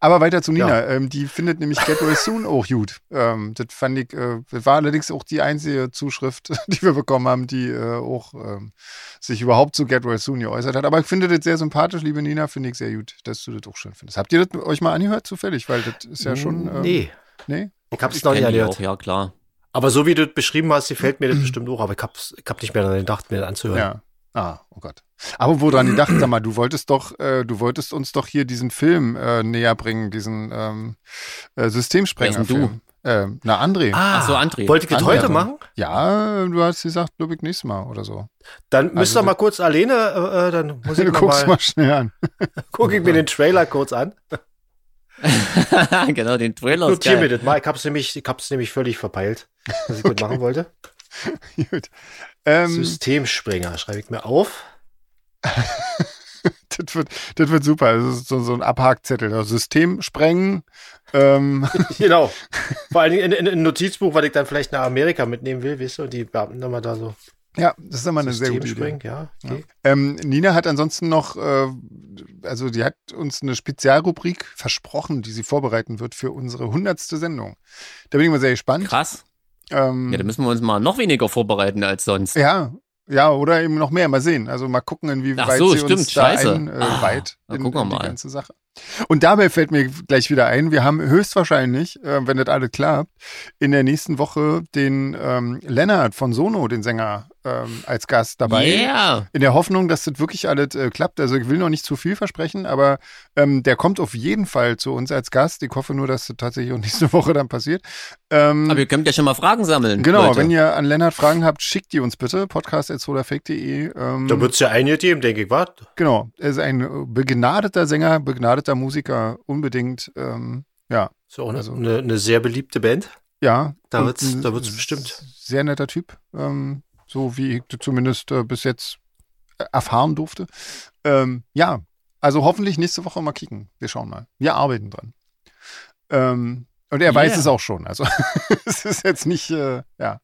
S2: Aber weiter zu Nina.
S1: Ja.
S2: Ähm, die findet nämlich Get Well Soon auch gut. Ähm, das fand ich, äh, das war allerdings auch die einzige Zuschrift, [laughs] die wir bekommen haben, die äh, auch ähm, sich überhaupt zu Get Well Soon geäußert hat. Aber ich finde das sehr sympathisch, liebe Nina, finde ich sehr gut, dass du das auch schön findest. Habt ihr das euch mal angehört zufällig? Weil das ist ja schon. Ähm,
S1: Hm, nee.
S2: nee?
S1: Ich hab's noch
S3: Kenn
S1: nicht
S3: die
S1: erlebt.
S3: auch, ja klar.
S1: Aber so wie du das beschrieben hast, gefällt mir das bestimmt auch. Aber ich hab's, ich hab nicht mehr daran gedacht, mir das anzuhören.
S2: Mhm. Ja. Ah, oh Gott. Aber woran ich dachte, sag mal, du wolltest doch, äh, du wolltest uns doch hier diesen Film äh, näher bringen, diesen ähm, äh, Systemsprenger-Film. Ähm, na, André. also-
S1: Ah,
S3: Ach so, André.
S1: Wollte ich das
S2: Andere.
S1: heute machen?
S2: Ja, du hast gesagt, glaube ich, nächstes Mal oder so.
S1: Dann müsst
S2: Also
S1: ihr mal kurz alleine, äh, äh, dann
S2: [laughs]
S1: muss ich
S2: Du
S1: mir
S2: guckst
S1: mal,
S2: mal schnell an. [laughs]
S1: guck ich mir den Trailer kurz an.
S3: [laughs] genau, den Trailer. ist
S1: Notiere mir
S3: geil.
S1: das mal. Ich hab's nämlich, ich hab's nämlich völlig verpeilt, was
S2: [laughs]
S1: ich das machen wollte.
S2: Gut. Ähm,
S1: Systemsprenger schreibe ich mir auf. [laughs]
S2: das, wird, das wird super. Das ist so, so ein Abhakzettel. Das System sprengen. Ähm, [laughs]
S1: Genau. Vor allen Dingen in- in in ein Notizbuch, weil ich dann vielleicht nach Amerika mitnehmen will, weißt du, und die Beamten nochmal da so
S2: ja, das ist immer eine sehr gute Idee.
S1: Systemsprengen, ja. Okay.
S2: Ähm, Nina hat ansonsten noch, äh, also die hat uns eine Spezialrubrik versprochen, die sie vorbereiten wird für unsere hundertste Sendung. Da bin ich mal sehr gespannt.
S3: Krass.
S2: Ähm,
S3: Ja, da müssen wir uns mal noch weniger vorbereiten als sonst.
S2: Ja, ja, oder eben noch mehr, mal sehen. Also mal gucken, inwieweit
S3: Ach so,
S2: sie uns
S3: stimmt,
S2: da
S3: scheiße.
S2: ein, äh,
S3: Ah,
S2: weit
S3: na,
S2: in,
S3: gucken wir
S2: in die
S3: mal.
S2: ganze Sache Und dabei fällt mir gleich wieder ein, wir haben höchstwahrscheinlich, äh, wenn das alles klappt, in der nächsten Woche den ähm, Lennart von Sono, den Sänger, ähm, als Gast dabei.
S3: Yeah.
S2: In der Hoffnung, dass das wirklich alles äh, klappt. Also ich will noch nicht zu viel versprechen, aber ähm, der kommt auf jeden Fall zu uns als Gast. Ich hoffe nur, dass das tatsächlich auch [laughs] nächste Woche dann passiert. Ähm,
S3: Aber ihr könnt ja schon mal Fragen sammeln.
S2: genau,
S3: Leute.
S2: wenn ihr an Lennart Fragen habt, schickt die uns bitte. podcast.sodafake.de. Ähm,
S1: Da wird's ja einige geben, denke ich, was?
S2: Genau, er ist ein äh, begnadeter Sänger, begnadeter Musiker, unbedingt. Ähm, ja,
S1: Ist ja auch eine,
S2: Also-
S1: eine, eine sehr beliebte Band.
S2: ja.
S1: Da
S2: Und
S1: wird's-
S2: ein
S1: da wird's
S2: s-
S1: bestimmt.
S2: Sehr netter Typ, ähm, so wie ich zumindest äh, bis jetzt äh, erfahren durfte. Ähm, ja, also hoffentlich nächste Woche mal kicken. Wir schauen mal. Wir arbeiten dran. Ähm, und er weiß
S3: Yeah.
S2: es auch schon. Also [laughs] es ist jetzt nicht, äh, ja.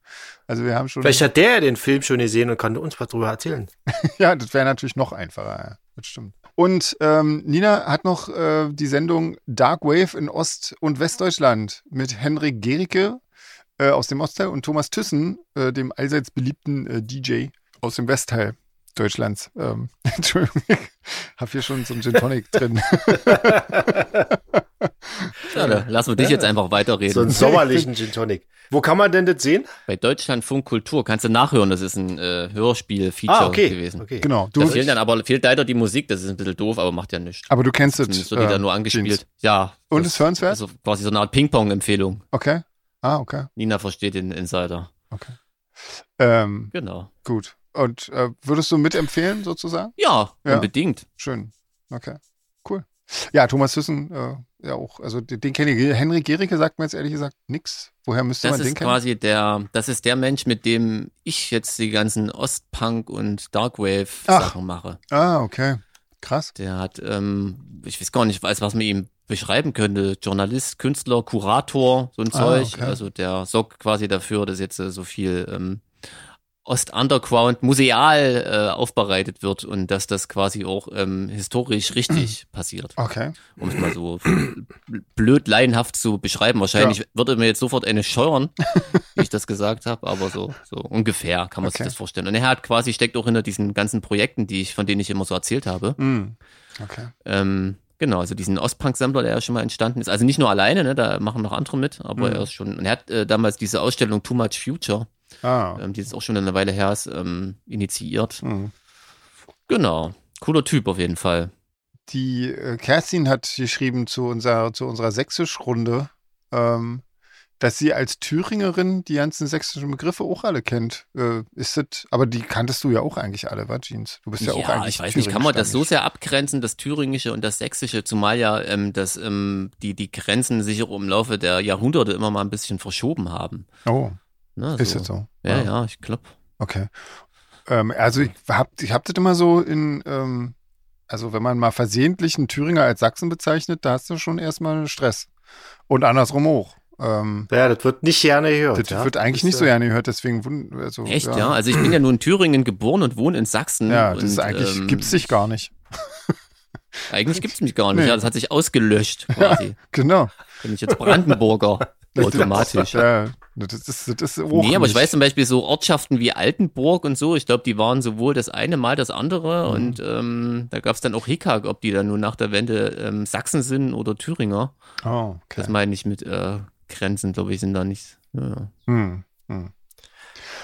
S2: Also wir haben schon.
S1: Vielleicht hat der ja den Film schon gesehen und kann uns was drüber erzählen.
S2: Ja, das wäre natürlich noch einfacher. Ja. Das stimmt. Und ähm, Nina hat noch äh, die Sendung Dark Wave in Ost- und Westdeutschland mit Henrik Gericke äh, aus dem Ostteil und Thomas Thyssen, äh, dem allseits beliebten äh, DJ aus dem Westteil Deutschlands. Ähm, [laughs] Entschuldigung, ich habe hier schon so einen Gin Tonic
S3: [laughs]
S2: drin.
S3: Schade, lassen wir dich jetzt einfach weiterreden.
S1: So einen
S3: [laughs]
S1: sommerlichen Gin Tonic. Wo kann man denn das sehen?
S3: Bei Deutschlandfunk Kultur kannst du nachhören, das ist ein äh, Hörspiel-Feature
S1: Ah, okay.
S3: gewesen.
S1: okay.
S2: Genau.
S3: Da
S2: Du,
S3: fehlt dann aber fehlt leider die Musik, das ist ein bisschen doof, aber macht ja nichts.
S2: aber du kennst es.
S3: Zumindest wird die da
S2: äh,
S3: nur angespielt. Ja.
S2: Und
S3: das
S2: ist hörenswert?
S3: Also quasi so eine Art Ping-Pong-Empfehlung.
S2: Okay. Ah, okay.
S3: Nina versteht den Insider.
S2: Ähm,
S3: Genau.
S2: gut. Und äh, würdest du mitempfehlen, sozusagen?
S3: Ja,
S2: Ja.
S3: unbedingt.
S2: Schön. Okay. Cool. Ja, Thomas Thyssen, äh, ja auch. Also den, den kenne ich. Henrik Gericke sagt mir jetzt ehrlich gesagt nix. Woher müsste
S3: Das
S2: man
S3: ist
S2: den kennen?
S3: quasi der, das ist der Mensch, mit dem ich jetzt die ganzen Ostpunk und Darkwave-Sachen mache.
S2: Ah, okay. Krass.
S3: Der hat, ähm, ich weiß gar nicht, weiß, was man ihm beschreiben könnte. Journalist, Künstler, Kurator, so ein
S2: Ah,
S3: Zeug.
S2: okay.
S3: Also der sorgt quasi dafür, dass jetzt äh, so viel ähm, Ost-Underground museal äh, aufbereitet wird und dass das quasi auch ähm, historisch richtig
S2: [clears throat]
S3: passiert.
S2: Okay.
S3: Um es mal so blöd laienhaft zu beschreiben. Wahrscheinlich würde mir jetzt sofort eine scheuern, wie ich
S2: [laughs]
S3: das gesagt habe, aber so, so ungefähr kann man
S2: Okay.
S3: sich das vorstellen. Und er hat quasi, steckt auch hinter diesen ganzen Projekten, die ich, von denen ich immer so erzählt habe.
S2: Hm. Okay.
S3: Ähm, genau, also diesen Ostpunk-Sammler, der ja schon mal entstanden ist. Also nicht nur alleine, ne, da machen noch andere mit, aber
S2: Mhm.
S3: er ist schon, und er hat äh, damals diese Ausstellung Too Much Future,
S2: Ah.
S3: ähm, die jetzt auch schon eine Weile her ist, ähm, initiiert.
S2: Hm.
S3: Genau. Cooler Typ auf jeden Fall.
S2: Die äh, Kerstin hat geschrieben zu unserer, zu unserer Sächsisch-Runde, ähm, dass sie als Thüringerin die ganzen sächsischen Begriffe auch alle kennt. Äh, ist das, aber die kanntest du ja auch eigentlich alle, was, Jeans? Du bist ja, auch eigentlich.
S3: ich weiß nicht, kann man das so
S2: thüringisch-stämmig.
S3: sehr abgrenzen, das Thüringische und das Sächsische, zumal ja ähm, dass, ähm, die, die Grenzen sich auch im Laufe der Jahrhunderte immer mal ein bisschen verschoben haben.
S2: Oh,
S3: Ne,
S2: ist das so? Ah.
S3: Ja, ja, ich glaube.
S2: Okay. Ähm, also ich hab, ich hab das immer so in, ähm, also wenn man mal versehentlich einen Thüringer als Sachsen bezeichnet, da hast du schon erstmal Stress. Und andersrum auch. Ähm,
S1: Ja, das wird nicht gerne gehört.
S2: das
S1: ja.
S2: wird eigentlich
S1: Das,
S2: nicht so
S1: äh,
S2: gerne gehört, deswegen wund- also,
S3: Echt, ja. Also ich bin ja nur in Thüringen geboren und wohne in Sachsen.
S2: Ja, das
S3: und,
S2: ist eigentlich,
S3: ähm,
S2: gibt's dich gar nicht.
S3: Eigentlich gibt's mich gar nicht.
S2: Nee.
S3: Ja, das hat sich ausgelöscht
S2: [laughs]
S3: quasi.
S2: Genau.
S3: Bin ich jetzt Brandenburger [laughs] automatisch.
S2: Ja, das ist, das ist auch
S3: Nee, aber ich
S2: nicht.
S3: weiß zum Beispiel so Ortschaften wie Altenburg und so, ich glaube, die waren sowohl das eine mal das andere
S2: Mhm.
S3: und ähm, da gab's dann auch Hickhack, ob die dann nun nach der Wende ähm, Sachsen sind oder Thüringer.
S2: Oh, okay.
S3: Das meine ich mit äh, Grenzen, glaube ich, sind da nicht. Ja.
S2: Hm, hm.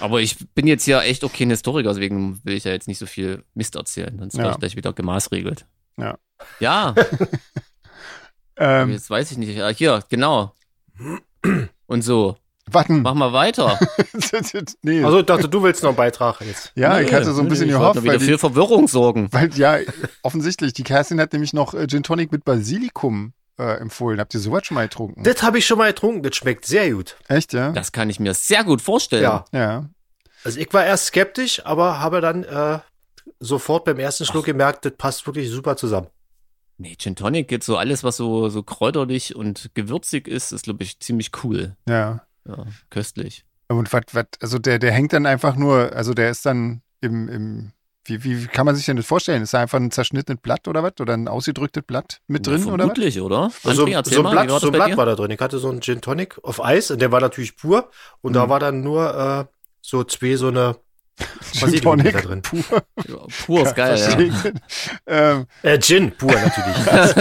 S3: Aber ich bin jetzt ja echt auch kein Historiker, deswegen will ich ja jetzt nicht so viel Mist erzählen, sonst
S2: Ja.
S3: werde ich gleich wieder gemaßregelt.
S2: Ja.
S3: Ja,
S2: [laughs] Ähm,
S3: jetzt weiß ich nicht. Ja, hier, genau. Und so.
S2: warten. [laughs]
S3: Mach mal weiter.
S2: nee.
S1: Also ich dachte, du willst noch einen Beitrag jetzt.
S2: ja, ich
S3: Nö,
S2: hatte so ein
S3: nö,
S2: bisschen
S3: ich wollte
S2: gehofft,
S3: nur
S2: weil
S3: wieder
S2: die,
S3: für Verwirrung sorgen.
S2: Weil ja, offensichtlich, die Kerstin hat nämlich noch äh, Gin Tonic mit Basilikum äh, empfohlen. Habt ihr sowas schon mal getrunken?
S1: Das habe ich schon mal getrunken, das schmeckt sehr gut.
S2: Echt, ja?
S3: Das kann ich mir sehr gut vorstellen.
S1: Ja.
S2: Ja.
S1: Also ich war erst skeptisch, aber habe dann äh, sofort beim ersten Schluck gemerkt, das passt wirklich super zusammen.
S3: Nee, Gin Tonic geht so alles, was so, so kräuterlich und gewürzig ist, ist, glaube ich, ziemlich cool.
S2: Ja.
S3: Ja, köstlich.
S2: Und was, was, also der, der hängt dann einfach nur, also der ist dann im, im wie, wie kann man sich denn das vorstellen? Ist da einfach ein zerschnittenes Blatt oder was? Oder ein ausgedrücktes Blatt mit drin
S3: ja,
S2: oder was?
S3: vermutlich, oder?
S1: Also,
S3: André, erzähl
S1: so ein Blatt,
S3: mal, wie war das
S1: so ein
S3: bei
S1: Blatt
S3: dir?
S1: war da drin. Ich hatte so einen Gin Tonic auf Eis und der war natürlich pur. Und [laughs]
S2: Mhm.
S1: da war dann nur äh, so zwei so eine
S2: Gin Tonic da drin. pur.
S3: Ja, Pur ist geil, ja.
S2: ähm,
S1: Äh, Gin, pur natürlich.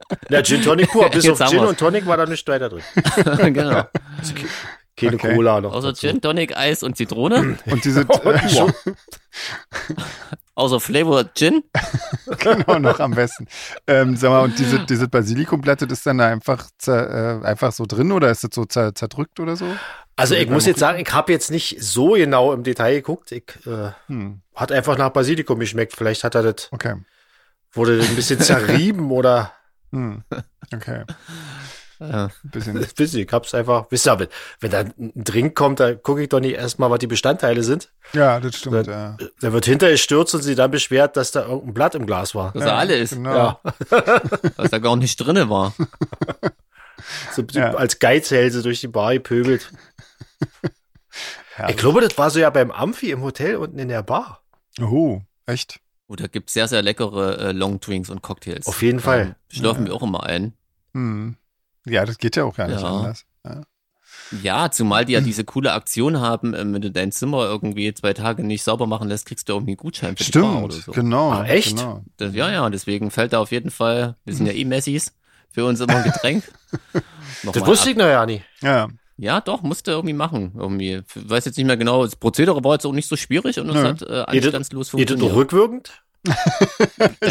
S3: [laughs]
S1: Na, Gin Tonic pur. Bis
S3: Jetzt
S1: auf
S3: haben
S1: Gin
S3: wir's.
S1: und Tonic war da nichts weiter drin.
S3: [laughs] genau.
S1: Keine
S2: Okay.
S1: Cola noch.
S3: Außer
S1: dazu. [laughs]
S3: Gin, Tonic, Eis und Zitrone.
S2: und diese äh,
S1: Wow.
S3: Außer Flavor Gin.
S2: [laughs] genau noch am besten. Ähm, sag mal, und diese, diese Basilikumblätter, das ist dann da einfach, zer, äh, einfach so drin oder ist das so zer, zerdrückt oder so?
S1: Also ich muss jetzt sagen, ich habe jetzt nicht so genau im Detail geguckt. Ich, äh,
S2: Hm,
S1: hat einfach nach Basilikum geschmeckt. Vielleicht hat er das,
S2: okay.
S1: wurde das ein
S3: [laughs]
S1: bisschen zerrieben oder
S2: Hm. [laughs] Okay, ein
S3: Ja.
S2: bisschen.
S1: das weiß ich, ich hab's einfach. Wisst ihr, wenn, wenn da ein Drink kommt, dann gucke ich doch nicht erstmal, was die Bestandteile sind.
S2: [laughs] Ja, das stimmt. Ja.
S1: Da wird hinterher gestürzt und sie dann beschwert, dass da irgendein Blatt im Glas war.
S3: Dass er alle ist,
S2: Genau.
S1: Ja, [laughs]
S3: was da gar nicht drinne war.
S1: so,
S2: Ja.
S1: als Geizhälse durch die Bar gepöbelt.
S2: Ja.
S1: Ich glaube, das war so ja beim Amphi im Hotel unten in der Bar.
S2: Oh, echt?
S3: Oh, da gibt's sehr, sehr leckere äh, Longdrinks und Cocktails.
S1: Auf jeden Fall.
S3: Ähm, schlürfen wir auch immer ein.
S2: Hm. Ja, das geht ja auch gar nicht
S3: Ja.
S2: anders.
S3: Ja, zumal die ja diese coole Aktion haben, ähm, wenn du dein Zimmer irgendwie zwei Tage nicht sauber machen lässt, kriegst du irgendwie einen Gutschein für die Bar
S2: Stimmt,
S3: oder so.
S2: genau.
S1: Ah, echt?
S2: Genau.
S3: Das, ja, ja, deswegen fällt da auf jeden Fall, wir sind ja eh Messis, für uns immer
S1: [laughs]
S3: ein Getränk.
S1: Das wusste ich noch ja nie.
S2: Ja,
S3: Ja, doch, musste irgendwie machen. Irgendwie. F- Weiß jetzt nicht mehr genau. Das Prozedere war jetzt auch nicht so schwierig und es
S2: Nö.
S3: hat äh,
S1: Geht das-
S3: anstandslos
S1: Geht das
S3: funktioniert.
S1: noch rückwirkend?
S3: Das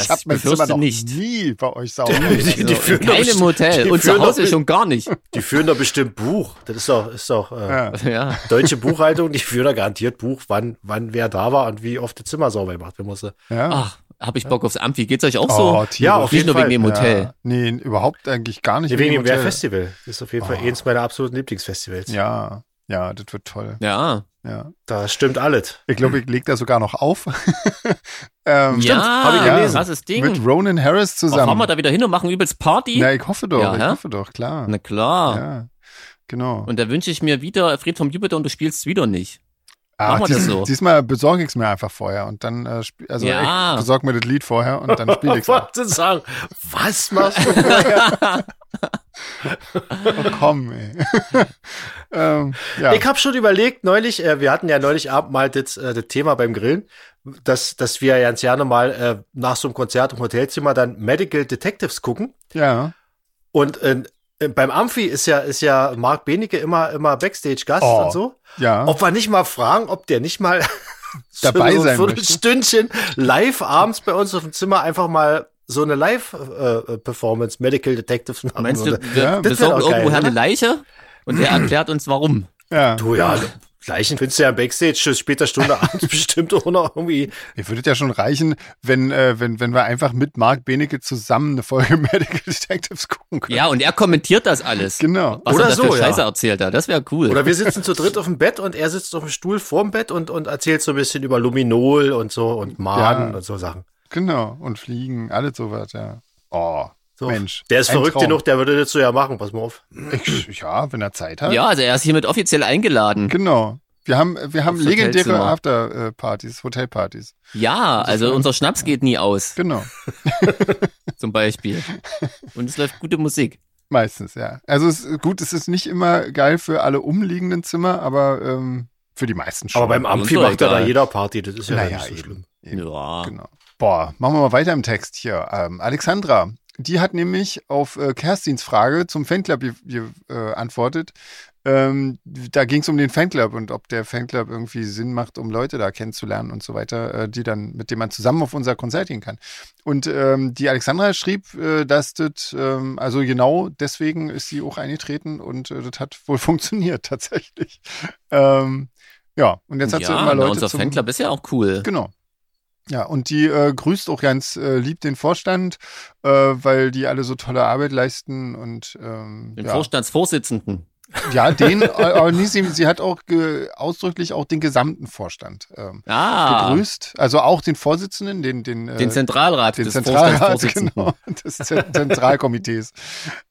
S2: ich habe mein
S3: befürchte
S2: Zimmer noch
S3: nicht.
S2: nie bei
S3: [laughs]
S2: euch sauber.
S1: Die- [laughs] die
S3: also, in
S1: führen doch
S3: keinem
S1: besti-
S3: Hotel
S1: die
S3: und zu
S1: führen doch
S3: Hause
S1: mit-
S3: schon
S1: [laughs]
S3: gar nicht.
S1: Die führen da bestimmt Buch. Das ist doch, ist doch äh,
S2: ja.
S3: Ja,
S1: deutsche Buchhaltung. Die führen da garantiert Buch, wann, wann wer da war und wie oft das Zimmer sauber gemacht werden musste.
S2: ja.
S3: ach, hab ich Bock aufs Amphi. Geht's euch Ah, auch
S2: Oh,
S3: so?
S2: tierisch.
S1: ja, auf
S3: Nicht
S1: jeden
S3: nur
S1: Fall,
S3: wegen dem Hotel.
S2: Ja. Nee, überhaupt eigentlich gar nicht.
S1: Nee, wegen dem
S2: Hotel.
S1: Wehrfestival. Das ist auf jeden Fall
S2: Oh.
S1: eins meiner absoluten Lieblingsfestivals.
S2: Ja, ja, das wird toll.
S3: Ja,
S2: Ja.
S1: Da stimmt alles.
S2: Ich glaube, ich lege da sogar noch auf. [laughs] ähm,
S3: ja,
S1: hab ich gelesen.
S3: krasses
S2: Mit
S3: Ding.
S2: Ronan Harris
S3: Oh, fahren
S2: zusammen.
S3: wir da wieder hin und machen übelst Party?
S2: Na, ich hoffe doch,
S3: Ja,
S2: ich
S3: hä?
S2: hoffe doch, klar.
S3: Na klar.
S2: Ja, genau.
S3: Ah. Und da wünsche ich mir wieder Fred vom Jupiter und du spielst wieder nicht. machen wir das so.
S2: Ah, Diesmal besorge ich es mir einfach vorher und dann, äh, spiel- also
S3: Ja.
S2: ich besorge mir das Lied vorher und dann spiele ich es.
S1: Was denn sagen? Was machst du?
S2: Oh, komm, ey. [laughs] ähm, ja.
S1: Ich habe schon überlegt, neulich, äh, wir hatten ja neulich Abend mal das, äh, das Thema beim Grillen, dass, dass wir ja ganz gerne mal äh, nach so einem Konzert im Hotelzimmer dann Medical Detectives gucken.
S2: ja.
S1: Und äh, beim Amphi ist ja, ist ja Marc Benecke immer, immer Backstage-Gast
S2: Oh.
S1: und so.
S2: Ja.
S1: Ob wir nicht mal fragen, ob der nicht mal
S2: [laughs] Dabei
S1: so,
S2: sein
S1: so ein
S2: möchte.
S1: Stündchen live abends bei uns auf dem Zimmer einfach mal so eine Live-Performance Medical Detectives machen
S3: Meinst du,
S1: würde.
S3: wir
S2: Ja.
S1: Das wär
S3: besorgen
S1: doch geil,
S3: irgendwoher eine
S1: oder?
S3: Leiche und er erklärt uns warum.
S2: ja.
S1: Du ja, Leichen findest du ja im Backstage zu später Stunde
S2: [laughs]
S1: abends bestimmt auch noch irgendwie.
S2: Ihr würdet ja schon reichen, wenn, äh, wenn, wenn wir einfach mit Marc Benecke zusammen eine Folge [laughs] Medical Detectives gucken können.
S3: Ja, und er kommentiert das alles.
S2: Genau.
S3: Was
S1: Oder
S3: er da
S1: so,
S3: für
S1: ja.
S3: Scheiße erzählt hat. Das wäre cool.
S1: Oder wir sitzen zu dritt auf dem Bett und er sitzt auf dem Stuhl vorm Bett und, und erzählt so ein bisschen über Luminol und so und Maden
S2: Ja.
S1: und so Sachen.
S2: Genau. Und fliegen, alles sowas, ja. Oh,
S1: So.
S2: Mensch.
S1: Der ist
S2: ein
S1: verrückt
S2: Traum.
S1: genug, der würde das so ja machen, pass mal auf.
S2: Ich, ja, wenn er Zeit hat.
S3: ja, also er ist hiermit offiziell eingeladen.
S2: Genau. Wir haben, wir haben
S3: Aufs
S2: legendäre
S3: Hotelzimmer.
S2: Afterpartys, Hotelpartys.
S3: Ja, also unser Schnaps geht
S2: [laughs]
S3: nie aus,
S2: Genau.
S3: zum Beispiel. Und es läuft gute Musik.
S2: Meistens, ja. Also es, ist- gut, es ist nicht immer geil für alle umliegenden Zimmer, aber ähm, für die meisten schon.
S1: Aber beim
S3: uns
S1: Amphi
S3: doch
S1: macht er da
S3: egal.
S1: jeder Party, das ist ja
S2: Naja,
S1: nicht so
S2: eben.
S1: schlimm.
S2: Eben.
S3: Ja.
S2: Genau. Boah, machen wir mal weiter im Text hier. Ähm, Alexandra, die hat nämlich auf äh, Kerstins Frage zum Fanclub ge- ge- äh, antwortet. Ähm, da ging es um den Fanclub und ob der Fanclub irgendwie Sinn macht, um Leute da kennenzulernen und so weiter, äh, die dann, mit denen man zusammen auf unser Konzert gehen kann. Und ähm, die Alexandra schrieb, äh, dass das, ähm, also genau deswegen ist sie auch eingetreten und äh, das hat wohl [laughs] funktioniert tatsächlich. Ähm, ja, und jetzt hat sie
S3: ja,
S2: immer
S3: na,
S2: Leute
S3: unser
S2: zum,
S3: Fanclub ist ja auch cool.
S2: Genau. Ja, und die äh, grüßt auch ganz äh, lieb den Vorstand, äh, weil die alle so tolle Arbeit leisten und ähm,
S3: Den
S2: ja.
S3: Vorstandsvorsitzenden.
S2: ja, den, aber nee, sie, sie hat auch ge, ausdrücklich auch den gesamten Vorstand ähm,
S3: Ah,
S2: gegrüßt, also auch den Vorsitzenden, den den, äh,
S3: den Zentralrat
S2: den [laughs]
S3: des
S2: Zentralrat,
S3: Vorstandsvorsitzenden.
S2: genau, des Zent- Zentralkomitees.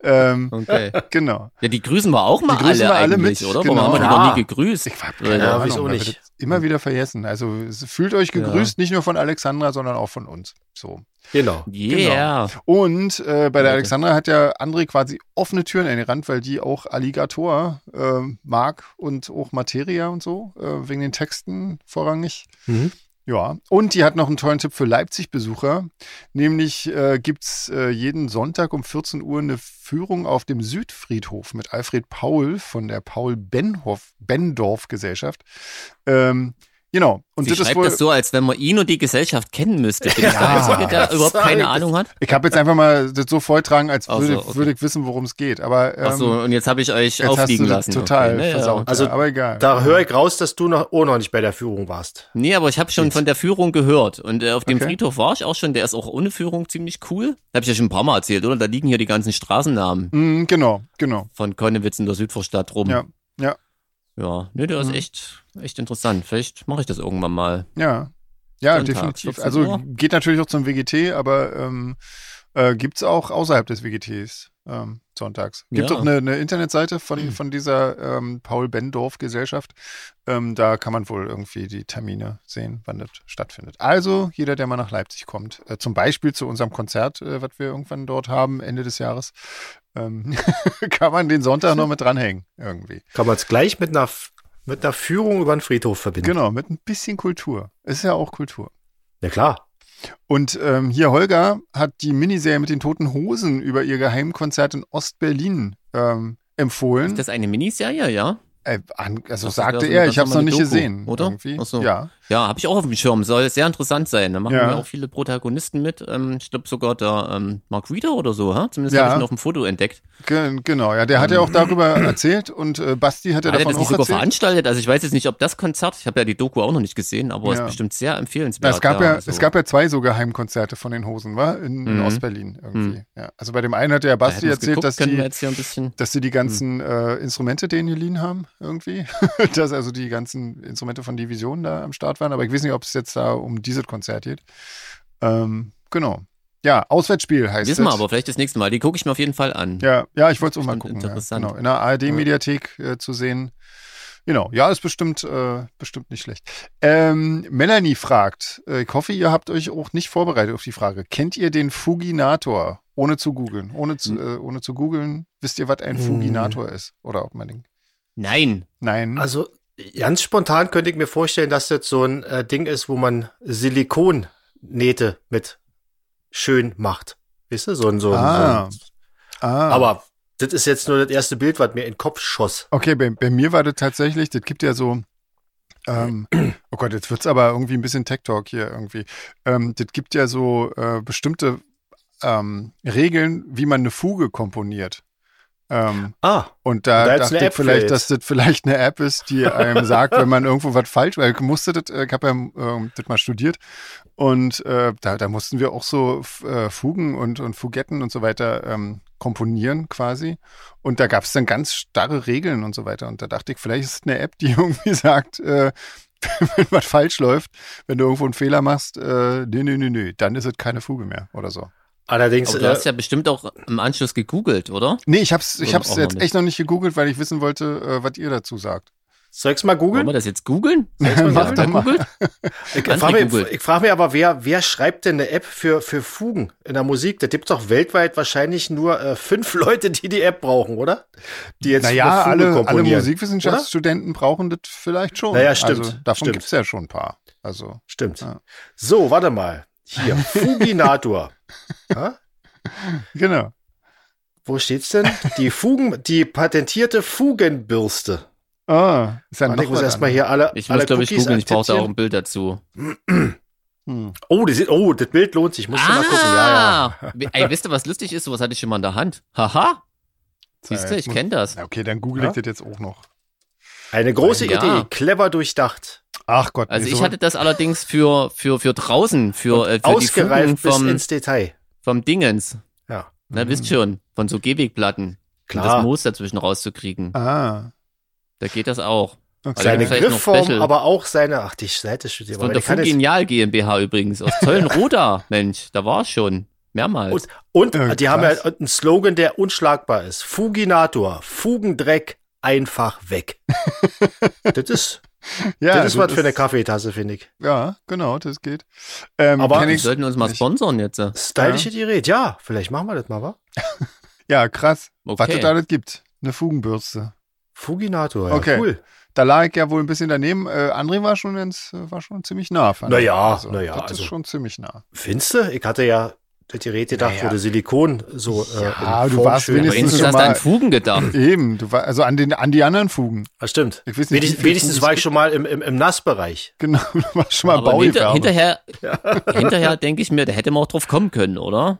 S2: ähm,
S3: Okay.
S2: genau.
S3: Ja, die grüßen wir auch mal
S2: Die grüßen wir
S3: alle,
S2: alle
S3: eigentlich,
S2: mit,
S3: oder?
S2: genau.
S3: Warum haben wir die
S1: Ja.
S3: noch nie gegrüßt?
S2: Ich hab
S1: Ja,
S2: keine
S1: wieso
S2: Ahnung,
S1: nicht?
S2: immer wieder vergessen. Also fühlt euch gegrüßt, nicht nur von Alexandra, sondern auch von uns. So.
S1: Genau.
S3: Yeah.
S2: Genau. Und äh, bei der Alexandra hat ja André quasi offene Türen eingerannt, weil die auch Alligator äh, mag und auch Materia und so, äh, wegen den Texten vorrangig.
S1: Mhm.
S2: Ja, und die hat noch einen tollen Tipp für Leipzig-Besucher. Nämlich äh, gibt es äh, jeden Sonntag um 14 Uhr eine Führung auf dem Südfriedhof mit Alfred Paul von der Paul-Bendorf-Gesellschaft. Ähm, genau. Und
S3: Sie schreibt das so, als wenn man ihn und die Gesellschaft kennen müsste. Bin ich der Einzige, der überhaupt keine Ahnung hat?
S2: ich habe jetzt einfach mal das so vortragen, als
S3: Ach
S2: würde,
S3: so, okay.
S2: würde ich wissen, worum es geht. Aber ähm,
S3: Ach so, und jetzt habe ich euch
S2: jetzt hast du
S3: aufliegen
S2: das
S3: lassen.
S2: total
S3: Okay, ne, ja.
S2: versaut.
S1: Also,
S2: ja, aber egal.
S1: Da höre ich raus, dass du noch, oh, noch nicht bei der Führung warst.
S3: Nee, aber ich habe schon von der Führung gehört. Und äh, auf dem
S2: Okay.
S3: Friedhof war ich auch schon. Der ist auch ohne Führung ziemlich cool. Habe ich ja schon ein paar Mal erzählt, oder? Da liegen hier die ganzen Straßennamen
S2: Mm, genau, genau.
S3: von Konnewitz in der Südvorstadt rum.
S2: Ja, ja. Mhm.
S3: Ja, nee, der ist echt, echt interessant. Vielleicht mache ich das irgendwann mal.
S2: Ja, ja,
S3: Sonntags,
S2: definitiv.
S3: 14
S2: Also
S3: Uhr.
S2: geht natürlich auch zum WGT, aber ähm, äh, gibt's auch außerhalb des WGTs ähm, sonntags. Gibt
S3: Ja.
S2: auch eine, eine Internetseite von, von dieser ähm, Paul-Bendorf-Gesellschaft. Ähm, da kann man wohl irgendwie die Termine sehen, wann das stattfindet. Also jeder, der mal nach Leipzig kommt, äh, zum Beispiel zu unserem Konzert, äh, was wir irgendwann dort haben, Ende des Jahres, ähm, [laughs] kann man den Sonntag noch mit dranhängen irgendwie.
S1: Kann man es gleich mit einer, F- mit einer Führung über den Friedhof verbinden?
S2: Genau, mit ein bisschen Kultur. Ist ja auch Kultur.
S1: Ja, klar.
S2: Und ähm, hier Holger hat die Miniserie mit den toten Hosen über ihr Geheimkonzert in Ostberlin ähm, empfohlen.
S3: Ist das eine Miniserie, ja?
S2: äh, an, also
S3: Das
S2: sagte
S3: wäre so
S2: er,
S3: eine
S2: ich habe es noch
S3: ganz
S2: nicht
S3: normale Doku,
S2: gesehen.
S3: oder?
S2: Irgendwie.
S3: Ach so.
S2: Ja.
S3: Ja, habe ich auch auf dem Schirm. Soll sehr interessant sein. Da machen
S2: Ja.
S3: ja auch viele Protagonisten mit. Ähm, ich glaube sogar der ähm, Mark Reeder oder so, ha? Zumindest
S2: Ja.
S3: habe ich ihn auf dem Foto entdeckt.
S2: Ge genau, ja, der hat ja auch
S3: [clears throat]
S2: darüber erzählt und äh, Basti hat ja
S3: Hat er
S2: davon
S3: das nicht
S2: auch
S3: sogar
S2: erzählt.
S3: veranstaltet? Also ich weiß jetzt nicht, ob das Konzert, ich habe ja die Doku auch noch nicht gesehen, aber es
S2: Ja.
S3: ist bestimmt sehr
S2: Na,
S3: empfehlenswert.
S2: es, gab ja,
S3: also.
S2: es gab ja zwei so Geheimkonzerte von den Hosen, war? In, in
S3: Mhm.
S2: Ostberlin irgendwie. Ja. Also bei dem einen hat ja Basti
S3: hätten wir's
S2: erzählt,
S3: geguckt,
S2: dass
S3: können wir
S2: die,
S3: jetzt hier ein bisschen. Mhm.
S2: dass sie die ganzen äh, Instrumente denen geliehen haben, irgendwie. [laughs] dass also die ganzen Instrumente von Division da am Start waren. Aber ich weiß nicht, ob es jetzt da um dieses Konzert geht. Ähm, genau. Ja, Auswärtsspiel heißt
S3: Wissen wir
S2: es.
S3: aber vielleicht das nächste Mal. Die gucke ich mir auf jeden Fall an.
S2: Ja, ja ich wollte es auch mal
S3: Bestimmt
S2: gucken. Ja,
S3: interessant.
S2: genau, in der ARD-Mediathek äh, zu sehen. Genau, ja, ist bestimmt, äh, bestimmt nicht schlecht. Ähm, Melanie fragt, äh, ich hoffe, ihr habt euch auch nicht vorbereitet auf die Frage. Kennt ihr den Fuginator? Ohne zu googeln. Ohne zu, äh, ohne zu googeln, wisst ihr, was ein
S1: Hm.
S2: Fuginator ist? Oder ob man den.
S3: Nein.
S2: Nein.
S1: Also ganz spontan könnte ich mir vorstellen, dass das so ein äh, Ding ist, wo man Silikonnähte mit schön macht. Weißt du, so ein, so ein,
S2: Ah.
S1: so ein
S2: ah,
S1: Aber das ist jetzt nur das erste Bild, was mir in den Kopf schoss.
S2: Okay, bei, bei mir war das tatsächlich, das gibt ja so. Ähm, oh Gott, jetzt wird's aber irgendwie ein bisschen Tech Talk hier irgendwie. Ähm, das gibt ja so äh, bestimmte ähm, Regeln, wie man eine Fuge komponiert. Ähm,
S1: Ah,
S2: und da,
S1: Und da ist
S2: dachte
S1: eine
S2: ich
S1: App für
S2: vielleicht,
S1: jetzt.
S2: dass das vielleicht eine App ist, die einem sagt, wenn man irgendwo was falsch, weil ich musste das, äh, ich habe ja ähm, das mal studiert und äh, da, da mussten wir auch so f- äh, Fugen und, und Fugetten und so weiter ähm, komponieren quasi. Und da gab es dann ganz starre Regeln und so weiter. Und da dachte ich, vielleicht ist es eine App, die [laughs] irgendwie sagt, äh, wenn was falsch läuft, wenn du irgendwo einen Fehler machst, äh, nö, nö, nö, nö, dann ist es keine Fuge mehr oder so.
S1: allerdings. äh,
S3: Aber du
S2: äh,
S3: hast ja bestimmt auch im Anschluss gegoogelt, oder?
S2: Nee, ich hab's, ich
S3: Oder
S2: hab's
S3: auch noch
S2: jetzt
S3: nicht.
S2: echt noch nicht gegoogelt, weil ich wissen wollte, äh, was ihr dazu sagt.
S1: Soll ich's mal
S3: Wollen wir
S1: googeln?
S3: das jetzt
S1: [laughs]
S3: googeln?
S2: Mach doch
S3: Wer
S2: mal.
S3: googelt?
S1: Ich
S3: André
S1: frage mich,
S3: googelt.
S1: ich frag mich aber, wer, wer schreibt denn eine App für, für Fugen in der Musik? Da gibt's doch weltweit wahrscheinlich nur äh, [laughs] fünf Leute, die die App brauchen, oder? Die jetzt eine
S2: Naja,
S1: Fuge
S2: alle, alle
S1: komponieren, oder?
S2: Musikwissenschaftsstudenten brauchen das vielleicht schon.
S1: Naja, stimmt,
S2: Also, davon
S1: stimmt.
S2: gibt's ja schon ein paar. Also,
S1: Stimmt.
S2: Ja.
S1: So, warte mal. Hier, Fuginator. [laughs] ja?
S2: genau.
S1: Wo steht's denn? Die Fugen, die patentierte Fugenbürste.
S2: Ah, ist ja
S1: Warte, ich
S2: noch
S1: muss
S2: was
S1: erstmal
S2: anderes.
S1: hier alle.
S3: Ich
S1: alle
S3: muss, glaube ich,
S1: Cookies
S3: googeln. Ich brauche da auch
S1: akzeptieren.
S3: ein Bild dazu.
S2: Hm.
S1: Oh, das, sieht- oh, das Bild lohnt sich. Ich muss
S3: Ah.
S1: schon mal gucken. Ja, ja.
S3: ja. Ah! Ey, wisst ihr, was lustig ist? Sowas hatte ich schon mal in der Hand. Haha. Siehst du, ich
S2: muss-
S3: kenne das.
S2: Na, Okay, dann google ich das jetzt auch noch.
S1: Eine große
S3: Ja.
S1: Idee, clever durchdacht.
S2: Ach Gott,
S3: Also
S2: nee,
S3: ich
S2: so-
S3: hatte das allerdings für, für, für draußen, für, äh, für die Fugen
S1: Ausgereift bis
S3: vom,
S1: ins Detail.
S3: vom Dingens.
S1: Ja.
S3: Na,
S2: Mhm.
S3: wisst schon, von so Gehwegplatten. Um das
S1: Klar.
S3: Moos dazwischen rauszukriegen.
S2: Ah,
S3: Da geht das auch.
S2: okay.
S3: Also
S1: Seine
S3: vielleicht noch
S1: Griffform,
S3: Special.
S1: aber auch seine. Ach, die Seite steht hier.
S3: Von
S1: aber
S3: der
S1: ich kann jetzt-
S3: Fugenial GmbH übrigens. Aus
S1: [laughs]
S3: Zöllenroda, Mensch. Da war es schon. Mehrmals.
S1: Und
S2: Äh,
S1: die haben
S2: krass.
S1: ja einen Slogan, der unschlagbar
S2: [laughs]
S1: ist. Fuginator, Fugendreck, einfach weg. das ist Ja, das ist
S2: also
S1: was für eine Kaffeetasse, finde ich.
S2: Ja, genau, das geht. Ähm,
S1: Aber-
S2: kenn
S3: Wir
S2: ich,
S3: sollten uns mal
S2: nicht.
S3: sponsern jetzt. äh.
S1: Stylische Gerät, ja. Vielleicht machen wir das mal, wa?
S2: ja, krass. Was es da
S3: Okay.
S2: nicht gibt. Eine Fugenbürste.
S1: Fuginator, ja,
S2: Okay.
S1: cool.
S2: Da lag ich ja wohl ein bisschen daneben. Äh, André war schon, ins, war schon ziemlich nah. fand
S1: Na
S2: ich.
S1: ja, na ja,
S2: Das ist
S1: also-
S2: schon ziemlich nah.
S1: Findste? Ich hatte ja das Gerät gedacht,
S2: Naja.
S1: wo du Silikon so äh,
S2: Ja,
S1: in
S2: du
S1: Form
S2: warst
S1: schön-
S3: Aber
S2: wenigstens
S3: wenigstens
S2: schon
S3: hast du
S2: mal-
S3: an
S2: [laughs]
S3: Fugen gedacht.
S2: Eben, du war, also an, den, an die anderen Fugen.
S1: Ah, stimmt.
S2: Ich weiß nicht, wie
S1: Wenigstens,
S2: viel
S1: wenigstens
S2: Fugen
S1: war
S2: es
S1: ich schon mal im, im, im Nassbereich.
S2: gibt. Genau, [laughs] du warst schon mal
S3: Aber
S2: Baugewerbe. [laughs]
S3: hinter, hinterher, hinterher denke ich mir, da hätte man auch drauf kommen können, oder?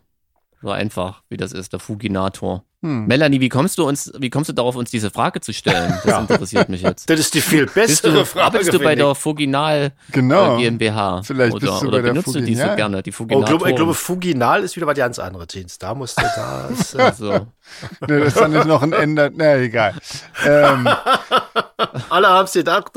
S3: So einfach, wie das ist, der Fuginator.
S2: Hm.
S3: Melanie, wie kommst du uns, wie kommst du darauf, uns diese Frage zu stellen? Das interessiert
S2: [laughs]
S3: mich jetzt.
S1: Das ist die viel
S3: [laughs] Bist du,
S1: bessere Frage.
S3: arbeitest du bei
S1: finde
S3: der Fuginal äh,
S2: Genau.
S3: GmbH?
S2: Vielleicht
S3: oder,
S2: bist du
S3: oder
S2: bei der
S3: benutzt du die so
S2: Fuginal. äh,
S3: gerne,
S1: ich. Oh,
S3: die
S1: ich
S3: Fuginator?
S1: glaube, ich glaube, Fuginal ist wieder was ganz anderes, Jeans. Da musst du das.
S3: [laughs]
S1: Äh,
S3: also,
S2: Ne, das ist dann nicht noch ein Ende. Na, egal. Ähm, [laughs]
S1: alle haben's gedacht.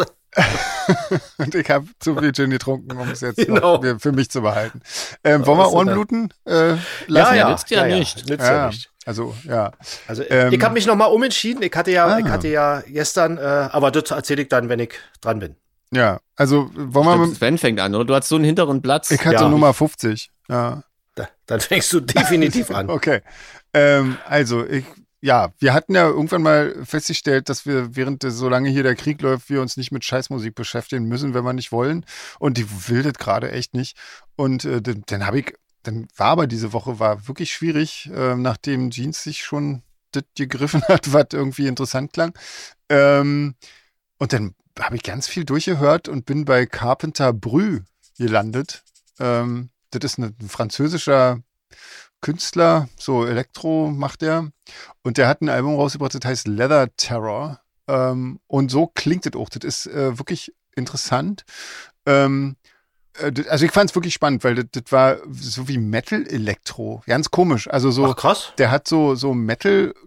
S2: und ich habe zu viel Gin getrunken, um es jetzt
S1: Genau.
S2: noch mir- für mich zu behalten. Ähm, wollen wir
S1: ist so
S2: Ohrenbluten äh, lassen?
S3: ja, nützt ja nicht.
S1: Nützt ja.
S2: Ja,
S1: nicht.
S2: Also, ja.
S1: Also
S2: Ähm,
S1: ich habe mich nochmal umentschieden. Ich hatte ja,
S2: Ah.
S1: ich hatte ja gestern, äh, aber das erzähle ich dann, wenn ich dran bin.
S2: Ja, also wollen wir
S3: stimmt,
S2: mit,
S3: Sven fängt an, oder? Du hast so einen hinteren Platz.
S2: Ich hatte
S1: Ja.
S2: Nummer 50. Ja.
S1: Da, dann [laughs] fängst du definitiv an.
S2: Okay. Ähm, also, ich, ja, wir hatten ja irgendwann mal festgestellt, dass wir, während der, solange hier der Krieg läuft, wir uns nicht mit Scheißmusik beschäftigen müssen, wenn wir nicht wollen. Und die will das gerade echt nicht. Und äh, dann, dann habe ich, dann war aber diese Woche war wirklich schwierig, äh, nachdem Jeans sich schon das gegriffen [laughs] hat, was irgendwie interessant klang. Ähm, und dann habe ich ganz viel durchgehört und bin bei Carpenter Brü gelandet. Ähm, das ist ein französischer Künstler, so Elektro macht er. Und der hat ein Album rausgebracht, das heißt Leather Terror. Ähm, und so klingt das auch. Das ist äh, wirklich interessant. Ähm, äh, das- also ich fand es wirklich spannend, weil das, das war so wie Metal-Elektro. Ganz komisch. Also [laughs] so
S1: Ach krass.
S2: der hat so, so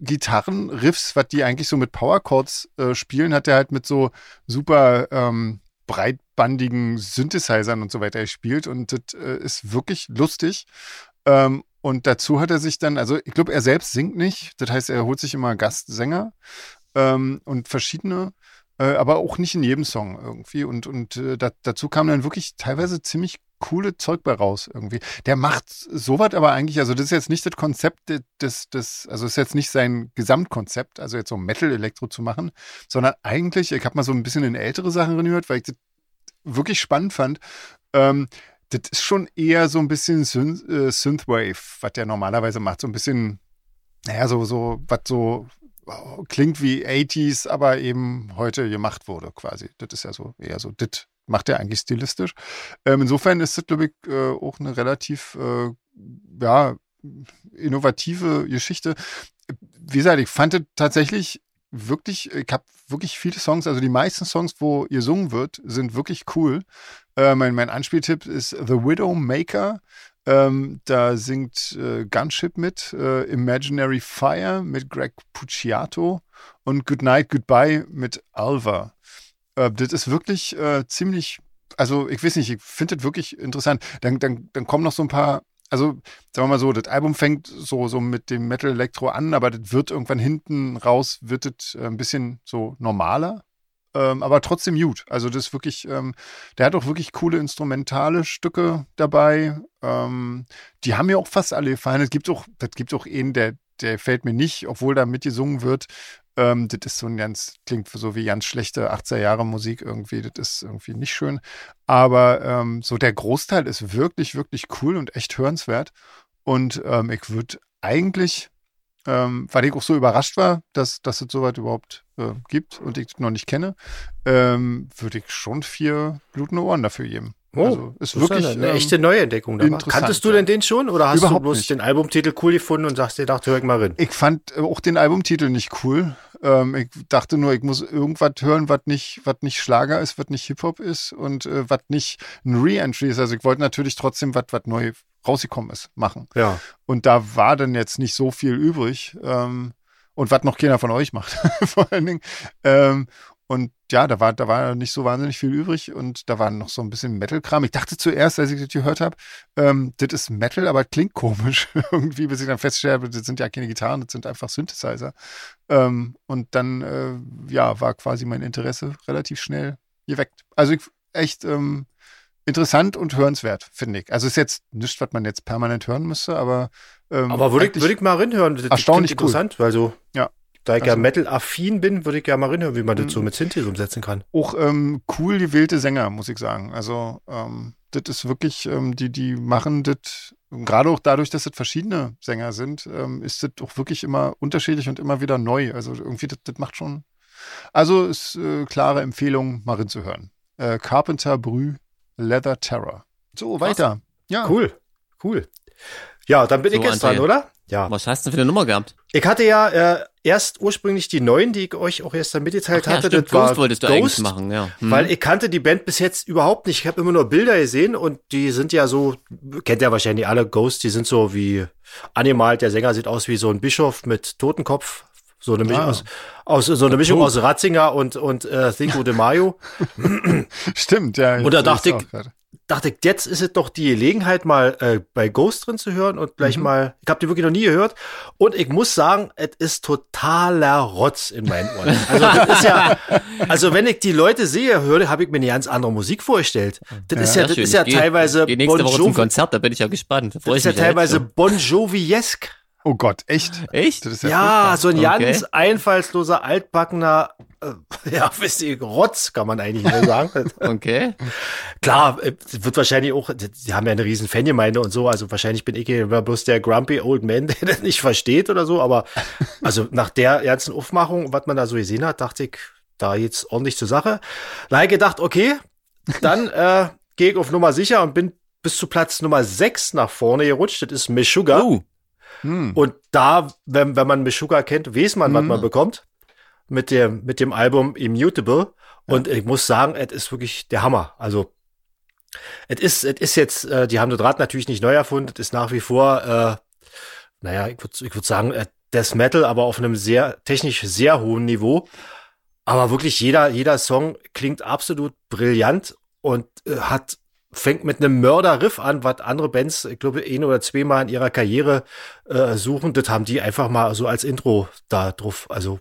S2: Metal-Gitarren-Riffs, was die eigentlich so mit Power-Chords äh, spielen, hat er halt mit so super ähm, breitbandigen Synthesizern und so weiter gespielt. Und das äh, ist wirklich lustig. Ähm, und dazu hat er sich dann, also ich glaube, er selbst singt nicht. Das heißt, er holt sich immer Gastsänger ähm, und verschiedene, äh, aber auch nicht in jedem Song irgendwie. Und, und äh, da, dazu kam dann wirklich teilweise ziemlich coole Zeug bei raus irgendwie. Der macht sowas aber eigentlich, also das ist jetzt nicht das Konzept de- des, des also ist jetzt nicht sein Gesamtkonzept, also jetzt so Metal-Elektro zu machen, sondern eigentlich, ich habe mal so ein bisschen in ältere Sachen reingehört, weil ich das wirklich spannend fand. Ähm, das ist schon eher so ein bisschen Synth äh, Synthwave, was der normalerweise macht, so ein bisschen, naja, so, so, was so oh, klingt wie 80s, aber eben heute gemacht wurde quasi. Das ist ja so eher so, das macht er eigentlich stilistisch. Ähm, insofern ist das, glaube ich, äh, auch eine relativ, äh, ja, innovative Geschichte. Wie gesagt, ich fand das tatsächlich wirklich, ich habe wirklich viele Songs, also die meisten Songs, wo gesungen wird, sind wirklich cool. Äh, mein, mein Anspieltipp ist The Widowmaker. Ähm, da singt äh, Gunship mit, äh, Imaginary Fire mit Greg Pucciato und Goodnight Goodbye mit Alva. Äh, das ist wirklich äh, ziemlich, also ich weiß nicht, ich finde das wirklich interessant. Dann, dann, dann kommen noch so ein paar, also sagen wir mal so, das Album fängt so, so mit dem Metal Electro an, aber das wird irgendwann hinten raus, wird das äh, ein bisschen so normaler. Ähm, aber trotzdem gut. Also das ist wirklich, ähm, der hat auch wirklich coole instrumentale Stücke dabei. Ähm, die haben mir auch fast alle gefallen. Es gibt auch, das gibt auch einen, der, der fällt mir nicht, obwohl da mitgesungen wird. Ähm, das ist so ein ganz, klingt so wie ganz schlechte 80er Jahre Musik irgendwie. Das ist irgendwie nicht schön. Aber ähm, so der Großteil ist wirklich, wirklich cool und echt hörenswert. Und ähm, ich würde eigentlich, ähm, weil ich auch so überrascht war, dass, dass es sowas überhaupt äh, gibt und ich das noch nicht kenne, ähm, würde ich schon vier blutende Ohren dafür geben.
S1: Oh,
S2: also
S1: Das
S2: ist
S1: ist
S2: wirklich
S1: ja eine
S2: ähm,
S1: echte Neuentdeckung. Da.
S2: interessant,
S1: Kanntest du
S2: ja.
S1: denn den schon oder hast du
S2: Überhaupt
S1: bloß
S2: nicht.
S1: den Albumtitel cool gefunden und sagst dir, dachte, hör ich mal rein?
S2: Ich fand äh, auch den Albumtitel nicht cool. Ähm, ich dachte nur, ich muss irgendwas hören, was nicht, was nicht Schlager ist, was nicht Hip-Hhop ist und äh, was nicht ein Re-Entry ist. Also ich wollte natürlich trotzdem was, was neu rausgekommen ist, machen.
S1: Ja.
S2: Und da war dann jetzt nicht so viel übrig. Ähm, und was noch keiner von euch macht, [laughs] vor allen Dingen. Ähm, und ja, da war, da war nicht so wahnsinnig viel übrig und da war noch so ein bisschen Metal-Kram. Ich dachte zuerst, als ich das gehört habe, ähm, das ist Metal, aber klingt komisch [laughs] irgendwie, bis ich dann festgestellt habe, das sind ja keine Gitarren, das sind einfach Synthesizer. Ähm, und dann, äh, ja, war quasi mein Interesse relativ schnell geweckt. Also ich, echt ähm, interessant und hörenswert, finde ich. Also ist jetzt nichts, was man jetzt permanent hören müsste, aber. Ähm,
S1: Aber würde ich,
S2: eigentlich-
S1: würde ich mal reinhören. Das
S2: erstaunlich
S1: klingt
S2: cool.
S1: interessant, weil so,
S2: Ja.
S1: da ich ja
S2: Also-
S1: Metal-affin bin, würde ich ja mal reinhören, wie man
S2: Mhm.
S1: das so mit Synthes umsetzen kann.
S2: auch ähm, cool gewählte Sänger, muss ich sagen. Also ähm, das ist wirklich, ähm, die, die machen das, gerade auch dadurch, dass das verschiedene Sänger sind, ähm, ist das auch wirklich immer unterschiedlich und immer wieder neu. Also irgendwie, das, das macht schon. Also ist äh, klare Empfehlung, mal reinzuhören. Äh, Carpenter Brü, Leather Terror. So,
S3: Krass.
S2: weiter. Ja.
S1: Cool, cool. Ja, dann bin
S3: So,
S1: ich jetzt dran,
S3: André.
S1: oder? Ja.
S3: Was hast du denn für eine Nummer gehabt?
S1: Ich hatte ja äh, erst ursprünglich die neuen, die ich euch auch erst dann mitgeteilt hatte.
S3: stimmt,
S1: das war
S3: Ghost wolltest du
S1: Ghost,
S3: eigentlich machen, ja. Hm.
S1: Weil ich kannte die Band bis jetzt überhaupt nicht. Ich habe immer nur Bilder gesehen und die sind ja so, kennt ja wahrscheinlich alle Ghost, die sind so wie angemalt. Der Sänger sieht aus wie so ein Bischof mit Totenkopf. So eine Mischung,
S2: Ah.
S1: aus, aus, so eine Mischung aus Ratzinger und, und äh, Cinco de Mayo.
S2: [laughs] Stimmt, ja. jetzt
S1: Und da
S2: sehe ich's
S1: dachte ich-
S2: auch gerade.
S1: dachte ich, jetzt ist es doch die Gelegenheit, mal äh, bei Ghost drin zu hören und
S3: Mhm.
S1: gleich mal, ich habe die wirklich noch nie gehört. Und ich muss sagen, es ist totaler Rotz in meinen Ohren. Also, das ist
S3: [laughs]
S1: ja, also wenn ich die Leute sehe, höre, habe ich mir eine ganz andere Musik vorgestellt. Das ist ja,
S3: Sehr
S1: das
S3: schön.
S1: ist ja
S3: Ich gehe-
S1: teilweise
S3: Geh nächste
S1: Bon
S3: Woche zum
S1: Jovi.
S3: Konzert, da bin ich ja gespannt. Da
S1: Das
S3: freue
S1: ist
S3: ich
S1: ja
S3: mich
S1: teilweise
S3: jetzt
S1: Bon Jovi-esk.
S2: Oh Gott, echt?
S3: schon.
S1: [laughs]
S3: Echt?
S2: Das ist
S1: Ja,
S2: ja, furchtbar.
S1: so ein
S3: Okay.
S1: ganz einfallsloser, altbackener, äh, [laughs] ja, wisst ihr, Rotz kann man eigentlich nur sagen. [laughs]
S3: Okay.
S1: Klar, äh, wird wahrscheinlich auch, die haben ja eine riesen Fangemeinde und so, also wahrscheinlich bin ich hier bloß der grumpy old man, [laughs] der das nicht versteht oder so, aber also nach der ganzen Aufmachung, was man da so gesehen hat, dachte ich, da jetzt ordentlich zur Sache. Da hab ich gedacht, okay, dann äh, gehe ich auf Nummer sicher und bin bis zu Platz Nummer 6 nach vorne gerutscht, das ist Meshuggah.
S3: Uh,
S2: Hm.
S1: Und da, wenn, wenn man Meshuggah kennt, weiß man, was
S2: Mhm.
S1: man bekommt. Mit dem, mit dem Album Immutable. Und ich muss sagen, es ist wirklich der Hammer. Also, es ist, es ist jetzt, äh, die haben das Rad natürlich nicht neu erfunden. Es ist nach wie vor, äh, naja, ich würde ich würd sagen, äh, Death Metal, aber auf einem sehr, technisch sehr hohen Niveau. Aber wirklich jeder, jeder Song klingt absolut brillant und äh, hat, fängt mit einem Mörder-Riff an, was andere Bands, ich glaube, ein oder zweimal in ihrer Karriere äh, suchen. Das haben die einfach mal so als Intro da drauf. Also,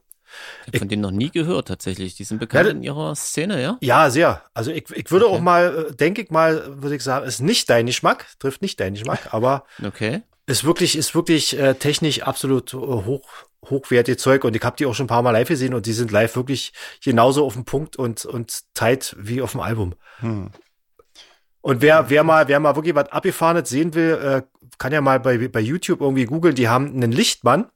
S3: ich hab von denen noch nie gehört tatsächlich. Die sind bekannt
S1: Ja,
S3: in ihrer Szene, ja?
S1: ja, sehr. Also, ich, ich würde
S3: Okay.
S1: auch mal, äh, denke ich mal, würde ich sagen, ist nicht dein Geschmack, trifft nicht deinen Geschmack, aber
S3: Okay.
S1: ist wirklich, ist wirklich äh, technisch absolut äh, hoch, hochwertig Zeug und ich habe die auch schon ein paar Mal live gesehen und die sind live wirklich genauso auf dem Punkt und, und tight wie auf dem Album.
S2: Hm.
S1: Und wer, wer mal, wer mal wirklich was Abgefahrenes sehen will, äh, kann ja mal bei, bei YouTube irgendwie googeln. Die haben einen Lichtmann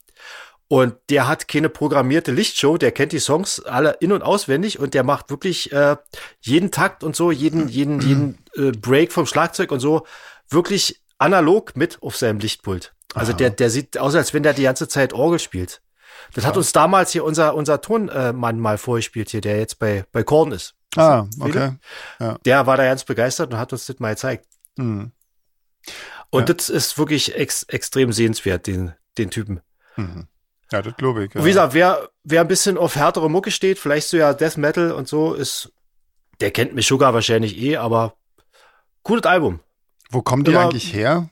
S1: und der hat keine programmierte Lichtshow. Der kennt die Songs alle in- und auswendig und der macht wirklich äh, jeden Takt und so, jeden, jeden, jeden äh, Break vom Schlagzeug und so wirklich analog mit auf seinem Lichtpult. Also
S2: Aha.
S1: der, der sieht aus, als wenn der die ganze Zeit Orgel spielt. Das hat uns damals hier unser, unser Tonmann äh, mal vorgespielt hier, der jetzt bei, bei Korn ist.
S2: Ah,
S1: Viele?
S2: okay.
S1: Der war da ganz begeistert und hat uns das mal gezeigt.
S2: Hm.
S1: Und
S2: Ja.
S1: das ist wirklich ex extrem sehenswert, den, den Typen.
S2: Hm. Ja, das glaube ich.
S1: Und
S2: ja.
S1: wie gesagt, wer, wer ein bisschen auf härtere Mucke steht, vielleicht so ja Death Metal und so, ist, der kennt mich Sugar wahrscheinlich eh, aber cooles Album.
S2: Wo kommen die
S1: Immer-
S2: eigentlich her?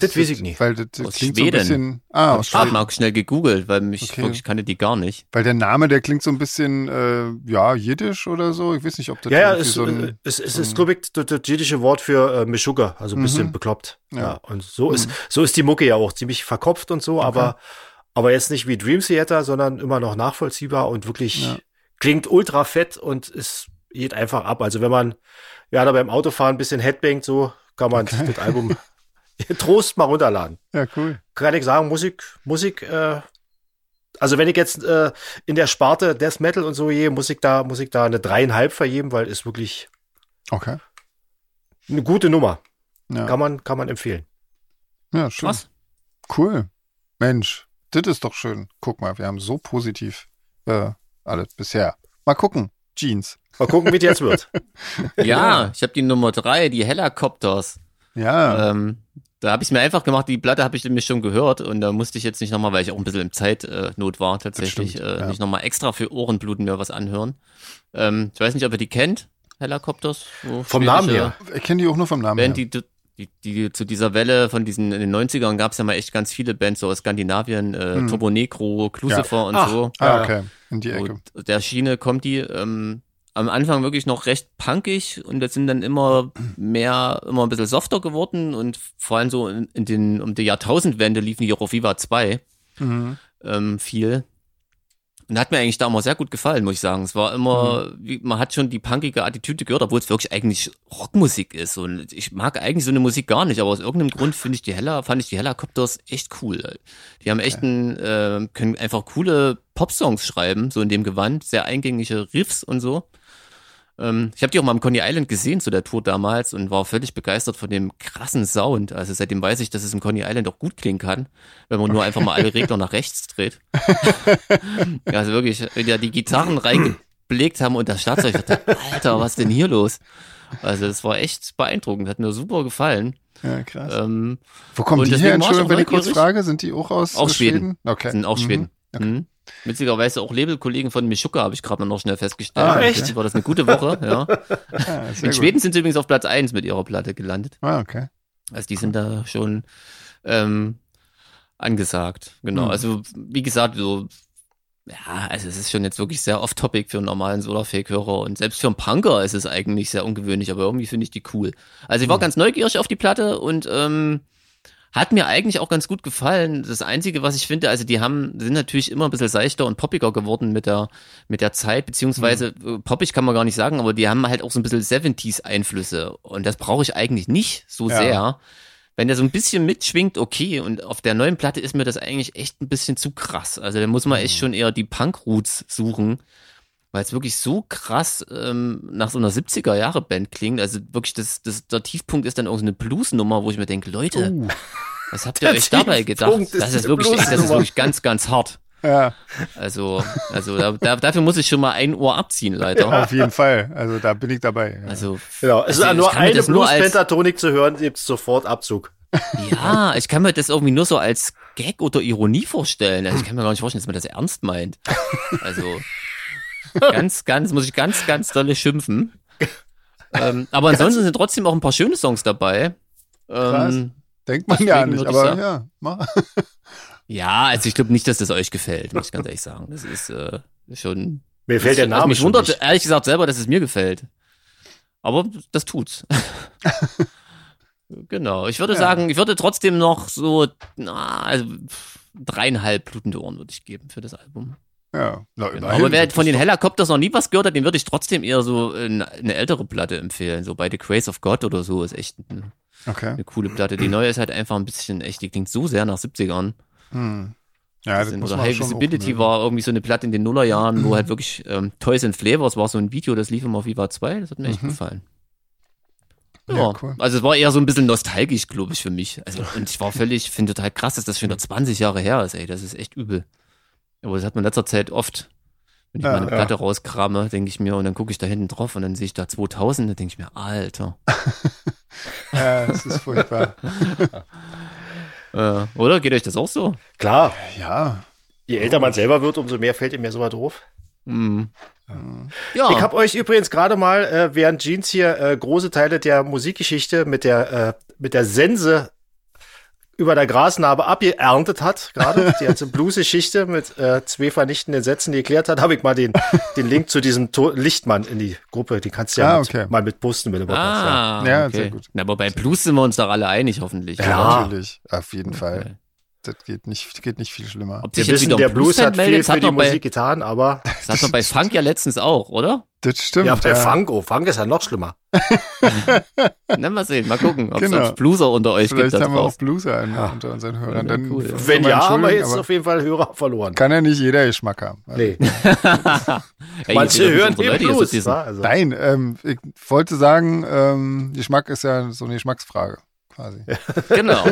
S1: Das weiß ich nicht.
S2: Weil das, das
S3: Aus
S2: klingt
S3: Schweden.
S2: so ein bisschen. Ah,
S3: Hab
S2: aus
S3: ich gerade
S2: Schweden.
S3: mal schnell gegoogelt, weil ich
S2: Okay.
S3: wirklich kannte die gar nicht.
S2: Weil der Name, der klingt so ein bisschen, äh, ja, jiddisch oder so. Ich weiß nicht, ob das
S1: ja, ja,
S2: irgendwie
S1: es
S2: so
S1: äh,
S2: ein.
S1: es- es
S2: so
S1: ist,
S2: ein-
S1: glaube ich, das, das jüdische Wort für äh, Meshuggah, also ein bisschen
S2: Mhm.
S1: bekloppt.
S2: Ja.
S1: Ja. und so
S2: Mhm.
S1: ist, so ist die Mucke ja auch ziemlich verkopft und so, aber, aber jetzt nicht wie Dream Theater, sondern immer noch nachvollziehbar und wirklich
S2: Ja.
S1: klingt ultra fett und es geht einfach ab. Also wenn man ja da beim Autofahren ein bisschen headbangt, so kann man
S2: Okay.
S1: das
S2: [laughs]
S1: Album Trost mal runterladen.
S2: Ja, cool.
S1: Kann ich sagen, Musik, Musik, äh, also wenn ich jetzt äh, in der Sparte Death Metal und so gehe, muss ich da, muss ich da eine dreieinhalb vergeben, weil ist wirklich
S2: Okay.
S1: eine gute Nummer.
S2: Ja,
S1: Kann man, kann man empfehlen.
S2: ja
S1: [laughs]
S2: schön.
S3: Krass.
S2: Cool. Mensch, das ist doch schön. Guck mal, wir haben so positiv äh, alles bisher. Mal gucken. Jeans.
S1: Mal gucken, wie das jetzt wird.
S3: Ja, ich habe die Nummer drei, die Helicopters.
S2: Ja.
S1: Ah.
S3: Ähm, da habe ich mir einfach gemacht, die Platte habe ich nämlich schon gehört und da musste ich jetzt nicht nochmal, weil ich auch ein bisschen im Zeitnot war tatsächlich,
S2: stimmt,
S3: äh,
S2: ja.
S3: nicht nochmal extra für Ohrenbluten mir was anhören. Ähm, ich weiß nicht, ob ihr die kennt, Helicopters. So
S1: Vom Namen
S3: schwedische
S1: her.
S2: ich kenne die auch nur vom Namen.
S3: Band,
S2: her.
S3: die, die, die zu dieser Welle von diesen, in den 90ern gab es ja mal echt ganz viele Bands, so aus Skandinavien, äh,
S2: Hm.
S3: Turbo Negro, Clusifer [laughs] und
S1: Ach,
S3: so.
S2: ah,
S1: Ja. genau.
S2: okay. In die Ecke.
S3: Und der Schiene kommt die, ähm, am Anfang wirklich noch recht punkig und das sind dann immer mehr, immer ein bisschen softer geworden und vor allem so in, in den, um die Jahrtausendwende liefen die auch auf Viva 2
S2: Mhm.
S3: ähm, viel. Und hat mir eigentlich da immer sehr gut gefallen, muss ich sagen. Es war immer, wie, man hat schon die punkige Attitüde gehört, obwohl es wirklich eigentlich Rockmusik ist. Und ich mag eigentlich so eine Musik gar nicht, aber aus irgendeinem Grund finde ich die Hella, fand ich die Helicopters echt cool. Die haben echt einen, äh, können einfach coole Popsongs schreiben, so in dem Gewand, sehr eingängige Riffs und so. Ähm, ich habe die auch mal am Coney Island gesehen zu der Tour damals und war völlig begeistert von dem krassen Sound. Also seitdem weiß ich, dass es im Coney Island auch gut klingen kann, wenn man nur einfach mal alle Regler nach rechts
S2: [laughs]
S3: dreht. Ja, also wirklich, wenn die da die Gitarren reingeblickt haben und das Schlagzeug, ich dachte, Alter, was denn hier los? Also es war echt beeindruckend, hat mir super gefallen.
S2: Ja, krass.
S3: Ähm,
S2: Wo kommen
S3: und
S2: die her?
S3: deswegen war ich
S2: Entschuldigung,
S3: auch
S2: wenn ich kurz
S3: neugierig.
S2: frage, sind die auch aus
S3: Auch
S2: äh,
S3: Schweden.
S2: Okay.
S3: Sind auch
S2: Mhm.
S3: Schweden. Mhm. Witzigerweise auch Labelkollegen von Mischuka habe ich gerade noch schnell festgestellt.
S2: Ah,
S1: echt?
S3: Deswegen War das eine gute Woche, ja.
S2: Ah, [laughs] sehr
S3: In
S2: gut.
S3: Schweden sind sie übrigens auf Platz 1 mit ihrer Platte gelandet.
S2: Ah, okay.
S3: Also die sind da schon ähm, angesagt. Genau.
S2: Hm.
S3: Also wie gesagt, so ja, also es ist schon jetzt wirklich sehr off-topic für einen normalen Solarfake-Hörer und selbst für einen Punker ist es eigentlich sehr ungewöhnlich, aber irgendwie finde ich die cool. Also ich war
S2: Hm.
S3: ganz neugierig auf die Platte und ähm, hat mir eigentlich auch ganz gut gefallen. Das Einzige, was ich finde, also die haben, sind natürlich immer ein bisschen seichter und poppiger geworden mit der, mit der Zeit, beziehungsweise äh, poppig kann man gar nicht sagen, aber die haben halt auch so ein bisschen 70s Einflüsse. Und das brauche ich eigentlich nicht so
S2: Ja.
S3: sehr. Wenn der so ein bisschen mitschwingt, okay. Und auf der neuen Platte ist mir das eigentlich echt ein bisschen zu krass. Also da muss man echt schon eher die Punk-Roots suchen, weil es wirklich so krass ähm, nach so einer 70er-Jahre-Band klingt. Also wirklich, das, das, der Tiefpunkt ist dann irgendeine Blues-Nummer, wo ich mir denke, Leute,
S2: Uh.
S3: was habt ihr
S1: Der
S3: euch dabei gedacht?
S1: Tiefpunkt ist
S3: das ist
S1: eine
S3: wirklich, das ist
S1: Bluesnummer.
S3: wirklich ganz, ganz hart.
S2: Ja,
S3: Also, also da, da, dafür muss ich schon mal ein Ohr abziehen, leider.
S2: auf jeden Fall. Also da bin ich dabei. Ja.
S3: Also,
S1: Genau, es
S3: Also
S1: ist
S3: ich
S1: nur
S3: kann mir
S1: eine
S3: das nur als-
S1: Blues-Pentatonik zu hören, gibt's sofort Abzug.
S3: ja, ich kann mir das irgendwie nur so als Gag oder Ironie vorstellen. Also, ich kann mir gar nicht vorstellen, dass man das ernst meint. Also, ganz, ganz, muss ich ganz, ganz dolle schimpfen. Ähm, aber ansonsten sind trotzdem auch ein paar schöne Songs dabei.
S2: Krass.
S3: Ähm,
S2: Denkt man ja
S3: deswegen
S2: nicht,
S3: würde ich
S2: aber
S3: sagen-
S2: ja, mach.
S3: ja, also ich glaube nicht, dass das euch gefällt, muss ich ganz ehrlich sagen. Das ist äh, schon
S1: Mir fällt der
S3: Also
S1: Name
S3: mich
S1: schon
S3: wundert
S1: nicht.
S3: ehrlich gesagt selber, dass es mir gefällt. Aber
S1: [laughs]
S3: das tut's. genau. Ich würde
S2: Ja.
S3: sagen, ich würde trotzdem noch so na, also pff, dreieinhalb blutende Ohren würde ich geben für das Album.
S2: [laughs] Ja, na,
S3: Genau.
S2: immerhin.
S3: Aber wer von den Helicopters noch nie was gehört hat, den würde ich trotzdem eher so eine, eine ältere Platte empfehlen. So bei The Grace of God oder so ist echt eine,
S2: Okay.
S3: eine coole Platte. Die neue ist halt einfach ein bisschen echt, die klingt so sehr nach 70ern.
S2: Hm. Ja, das
S3: sind.
S2: muss
S3: Oder
S2: man
S3: High
S2: schon auch
S3: Visibility
S2: mögen. Mhm.
S3: war irgendwie so eine Platte in den Nullerjahren, wo halt wirklich ähm, Toys and Flavors war so ein Video, das lief immer auf Viva 2, das hat mir echt
S2: Mhm.
S3: gefallen.
S2: Ja,
S3: Ja,
S2: cool.
S3: also es war eher so ein bisschen nostalgisch, glaube ich, für mich. Also, und ich war völlig, finde total krass, dass das schon wieder 20 Jahre her ist, ey, das ist echt übel. Aber das hat man in letzter Zeit oft. Wenn ich
S2: Ja,
S3: meine
S2: ja.
S3: Platte rauskrame, denke ich mir, und dann gucke ich da hinten drauf und dann sehe ich da 2000, dann denke ich mir, Alter.
S2: Ja, das ist
S3: [laughs]
S2: furchtbar.
S3: Äh, oder? Geht euch das auch so?
S1: Klar,
S2: ja.
S1: je älter man selber wird, umso mehr fällt ihm ja sowas drauf.
S3: Hm. Ja.
S1: Ich habe euch übrigens gerade mal, äh, während Jeans hier äh, große Teile der Musikgeschichte mit der, äh, mit der Sense über der Grasnarbe abgeerntet hat, gerade die ganze Blues-Geschichte mit äh, zwei vernichtenden Sätzen geklärt hat, habe ich mal den, den Link zu diesem to Lichtmann in die Gruppe, den kannst du ja
S2: Ah,
S1: mit,
S2: okay.
S1: mal mit posten, wenn du Bock hast. Ja.
S3: Ah,
S2: Ja,
S3: okay.
S2: sehr gut.
S3: Na, aber bei Blues sind wir uns doch alle einig, hoffentlich.
S1: Ja.
S3: oder?
S2: Natürlich, auf jeden Fall.
S3: Okay.
S2: Das geht nicht, geht nicht viel schlimmer.
S3: Ob
S1: Wir
S3: sich jetzt
S1: wissen,
S3: wieder
S1: der
S3: ein
S1: Blues hat
S3: Blues-Fan meldet,
S1: viel
S3: das
S1: für
S3: hat
S1: die
S3: doch
S1: Musik
S3: bei,
S1: getan, aber
S3: das hat doch
S1: [laughs]
S3: bei Funk ja letztens auch, oder?
S2: Das stimmt.
S1: ja, bei Funk, oh, Funk ist ja noch schlimmer.
S3: Na, mal sehen, mal gucken, ob es
S2: Genau.
S3: Blueser unter euch
S2: Vielleicht
S3: gibt. da
S2: haben wir auch
S3: draußen.
S2: Blueser an-
S1: Ja.
S2: unter unseren Hörern.
S3: Ja,
S2: Dann
S3: cool, ja.
S1: Wenn
S2: mal
S1: ja, haben wir
S2: entschuldigen,
S1: jetzt auf jeden Fall Hörer verloren.
S2: kann ja nicht jeder Geschmack haben.
S1: Nee.
S3: [laughs] Ey,
S1: Manche
S3: jetzt wieder
S1: hören
S3: unsere
S1: den
S3: Leute hier
S1: Blues.
S3: sitzen.
S1: wa? Also.
S2: Nein, ähm, ich wollte sagen, ähm, Geschmack ist ja so eine Geschmacksfrage quasi.
S3: [laughs] Genau.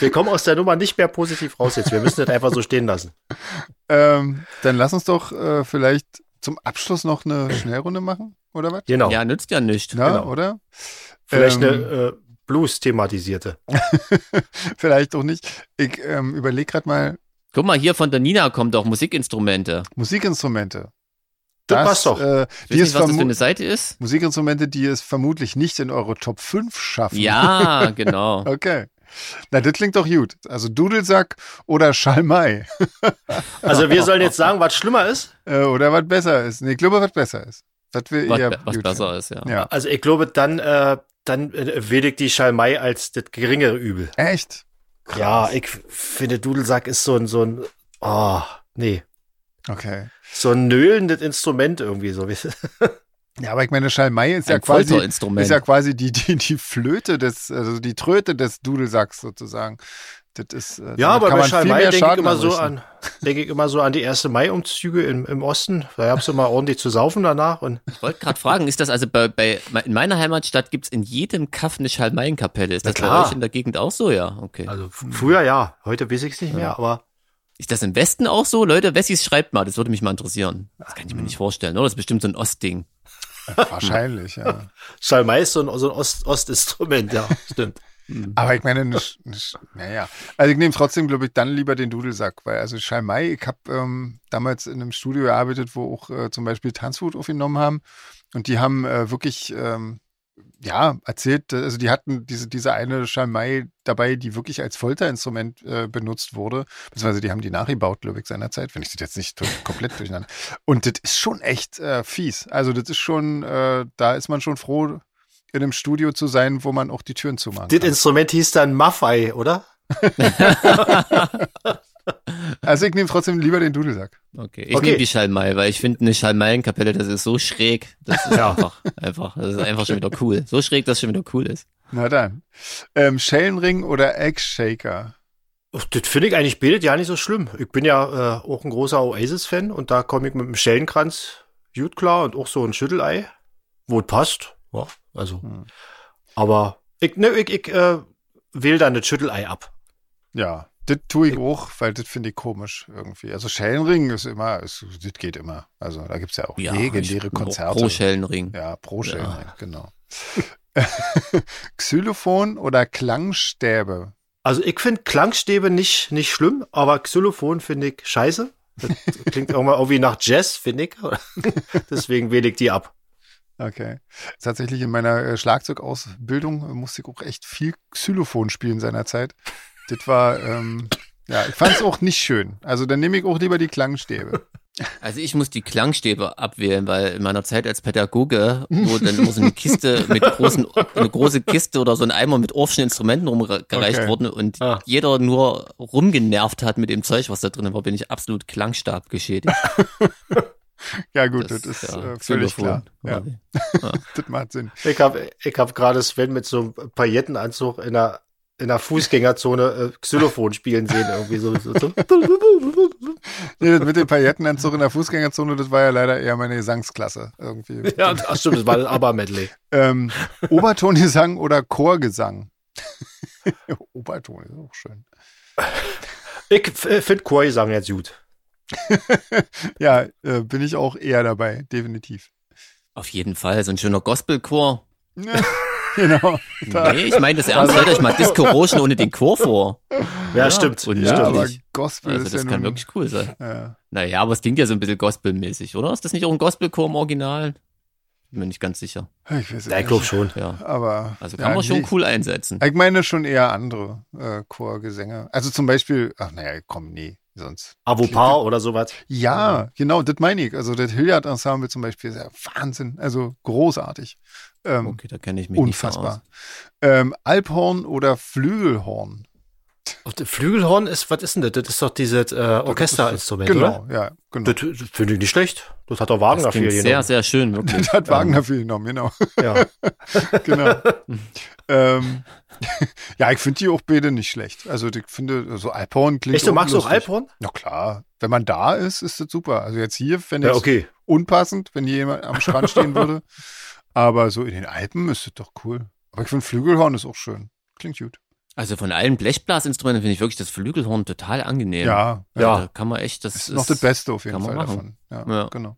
S1: Wir kommen aus der Nummer nicht mehr positiv raus jetzt. Wir müssen das einfach so stehen lassen.
S2: Ähm, dann lass uns doch äh, vielleicht zum Abschluss noch eine Schnellrunde machen, oder was?
S1: Genau.
S3: Ja, nützt ja nichts.
S2: Na,
S1: genau.
S2: oder?
S1: Vielleicht
S2: Ähm,
S1: eine äh, Blues-thematisierte.
S2: Vielleicht auch nicht. Ich ähm, überlege gerade mal
S3: Guck mal, hier von der Nina kommt auch Musikinstrumente.
S2: Musikinstrumente.
S1: Das passt doch.
S2: Äh,
S3: Ich
S2: die
S3: weiß
S2: ist
S3: nicht, was das für
S2: vermu-
S3: eine
S1: [laughs]
S3: Seite ist.
S2: Musikinstrumente, die es vermutlich nicht in eure Top 5 schaffen.
S3: Ja,
S1: [laughs]
S3: genau.
S2: Okay. Na, das klingt doch gut. Also Dudelsack oder Schalmei. [laughs]
S1: Also wir sollen jetzt sagen, was schlimmer ist.
S2: Äh, oder was besser ist. Nee, ich glaube, was besser ist. Das will
S3: was,
S2: eher
S3: be- was
S2: Beauty.
S3: besser ist, ja.
S2: Ja.
S1: Also ich glaube, dann, äh, dann äh, wählt die Schalmei als das geringere Übel.
S2: Echt?
S1: Ja, ich f- finde, Dudelsack ist so ein, so ein, oh, nee,
S2: Okay.
S1: so ein nölendes Instrument irgendwie, so wie
S2: Ja, aber ich meine, Schalmei ist ja
S3: Ein
S2: quasi
S3: Folterinstrument.
S2: ist ja quasi die, die, die Flöte des, also die Tröte des Dudelsacks sozusagen. Das ist, äh,
S1: [laughs]
S2: damit
S1: Ja, aber bei
S2: kann man viel
S1: Schalmei
S2: mehr
S1: denke ich
S2: Schaden
S1: immer so
S2: anrichten.
S1: an, denke ich immer so an die erste Mai-Umzüge im, im Osten. Da gab's immer ordentlich zu saufen danach und
S3: Ich wollte gerade fragen, ist das also bei, bei in meiner Heimatstadt gibt's in jedem Kaff eine Schalmeienkapelle? Ist
S1: Na
S3: das
S1: klar.
S3: bei euch in der Gegend auch so? Ja, okay.
S2: [laughs]
S1: also f- früher ja, heute weiß ich's nicht mehr, aber
S3: Ist das im Westen auch so? Leute, Wessis schreibt mal, das würde mich mal interessieren. Das kann ich
S1: Hm.
S3: mir nicht vorstellen, oder? Das ist bestimmt so ein Ostding.
S1: [laughs]
S2: Wahrscheinlich, ja.
S1: Schalmei ist so ein, so ein Ost, Ostinstrument, ja, stimmt.
S2: Aber ich meine, nicht, nicht, naja. Also ich nehme trotzdem, glaube ich, dann lieber den Dudelsack, weil also Schalmei, ich habe ähm, damals in einem Studio gearbeitet, wo auch äh, zum Beispiel Tanzwut aufgenommen haben und die haben äh, wirklich, ähm, ja, erzählt, äh, also die hatten diese, diese eine Schalmei dabei, die wirklich als Folterinstrument äh, benutzt wurde, beziehungsweise die haben die nachgebaut, glaube ich, seinerzeit, wenn ich das jetzt nicht to- [laughs] komplett durcheinander. Und das ist schon echt äh, fies. Also das ist schon, äh, da ist man schon froh, in einem Studio zu sein, wo man auch die Türen zumachen
S1: Das
S2: kann.
S1: Instrument hieß dann Maffei, oder?
S2: Also ich nehme trotzdem lieber den Dudelsack.
S3: Okay. Ich
S1: Okay.
S3: nehme die Schalmei, weil ich finde eine Schalmeienkapelle, das ist so schräg. Das
S1: [laughs]
S3: ist einfach, einfach, das ist einfach schon wieder cool. So schräg, dass es schon wieder cool ist.
S2: Na dann. Ähm, Schellenring oder Eggshaker?
S1: Ach, Das finde ich eigentlich bildet ja nicht so schlimm. Ich bin ja äh, auch ein großer Oasis-Fan und da komme ich mit einem Schellenkranz gut klar und auch so ein Schüttelei, wo es passt. Ja, also.
S2: Hm.
S1: Aber ich, ne, ich, ich äh, wähle dann das Schüttelei ab.
S2: Ja, das tue ich auch, weil das finde ich komisch irgendwie. Also Schellenring ist immer, ist, das geht immer. Also da gibt es ja auch legendäre
S3: ich- pro-
S2: Konzerte.
S3: Pro Schellenring.
S2: ja, pro Schellenring, genau. [laughs] Xylophon oder Klangstäbe?
S1: Also ich finde Klangstäbe nicht, nicht schlimm, aber Xylophon finde ich scheiße. Das klingt auch mal irgendwie nach Jazz, finde ich. [laughs] Deswegen wähle ich die ab.
S2: Okay. Tatsächlich in meiner äh, Schlagzeugausbildung äh, musste ich auch echt viel Xylophon spielen seinerzeit. Das war, ähm, ja, ich fand es auch nicht schön. Also dann nehme ich auch lieber die Klangstäbe.
S3: Also ich muss die Klangstäbe abwählen, weil in meiner Zeit als Pädagoge, wo dann immer so
S2: [laughs]
S3: eine Kiste mit großen, eine große Kiste oder so ein Eimer mit orfschen Instrumenten rumgereicht
S2: Okay.
S3: wurde und
S1: Ah.
S3: jeder nur rumgenervt hat mit dem Zeug, was da drin war, bin ich absolut Klangstab geschädigt.
S2: Ja, gut, das, ist
S3: ja,
S2: äh, völlig klar.
S3: Xylophon.
S2: Ja, das macht Sinn.
S1: Ich habe ich hab gerade Sven mit so einem Paillettenanzug in einer, in einer Fußgängerzone äh, Xylophon spielen sehen. Irgendwie so, so, so.
S2: Nee, das mit dem Paillettenanzug in der Fußgängerzone, das war ja leider eher meine Gesangsklasse irgendwie.
S1: [laughs] Ja, ach stimmt, das war ein Aber-Medley.
S2: Ähm, Obertongesang oder Chorgesang? [laughs] Oberton ist auch schön.
S1: Ich äh, finde Chorgesang jetzt gut.
S2: Ja, äh, bin ich auch eher dabei, definitiv. [laughs]
S3: Auf jeden Fall, so ein schöner Gospelchor.
S2: Ja, genau. [laughs] Da-
S3: Nee, ich meine das ernst, stellt euch mal Disco Rochen ohne den
S2: [laughs]
S3: Chor vor.
S1: Ja, stimmt.
S3: Und
S2: Ja,
S3: ja,
S2: aber
S3: stimmt.
S2: Gospel
S3: Also
S2: ist
S3: das
S2: ja
S3: kann
S2: nun,
S3: wirklich cool sein.
S2: ja.
S3: Naja, aber es klingt ja so ein bisschen gospelmäßig, oder? Ist das nicht auch ein Gospelchor im Original? Bin mir nicht ganz sicher.
S2: Ich weiß es
S1: Ja, ich glaube
S2: nicht.
S1: schon.
S3: Ja.
S2: Aber
S3: Also kann
S2: ja,
S3: man schon
S2: nee. Ähm,
S3: cool einsetzen.
S2: Ich meine schon eher andere äh, Chorgesänge. Also zum Beispiel, ach naja, komm, nee, sonst.
S1: Avopar oder sowas.
S2: Ja, genau, das meine ich. Also das Hilliard-Ensemble zum Beispiel ist ja Wahnsinn. Also großartig. Ähm,
S3: Okay, da kenne ich mich
S2: unfassbar. Ähm, Alphorn oder Flügelhorn?
S1: Und Flügelhorn ist, was ist denn das? Das ist doch dieses äh, Orchesterinstrument,
S2: Genau, ja, genau.
S1: oder? Das finde ich nicht schlecht. Das hat doch
S3: nicht
S1: Wagner
S3: aus. Das
S1: viel
S3: klingt sehr,
S1: genommen.
S3: sehr schön, wirklich. [laughs]
S2: Das hat Wagner viel genommen, genau.
S1: ne? Ja.
S2: genau. ähm, [laughs] ja, ich finde die auch beide nicht schlecht. Also ich finde, so Alphorn klingt
S1: Echt, du magst auch
S2: lustig.
S1: Alphorn?
S2: Na klar, wenn man da ist, ist das super. Also jetzt hier fände ich
S1: Ja, okay.
S2: unpassend, wenn hier jemand am Strand stehen würde. Aber so in den Alpen ist das doch cool. Aber ich finde Flügelhorn ist auch schön. Klingt gut.
S3: Also von allen Blechblasinstrumenten finde ich wirklich das Flügelhorn total angenehm.
S2: Ja, ja,
S3: Also
S1: Ja.
S3: Da kann man echt, das ist,
S2: ist noch das Beste auf jeden
S3: kann
S2: Fall
S3: man
S2: davon. Ja,
S3: Ja.
S2: genau.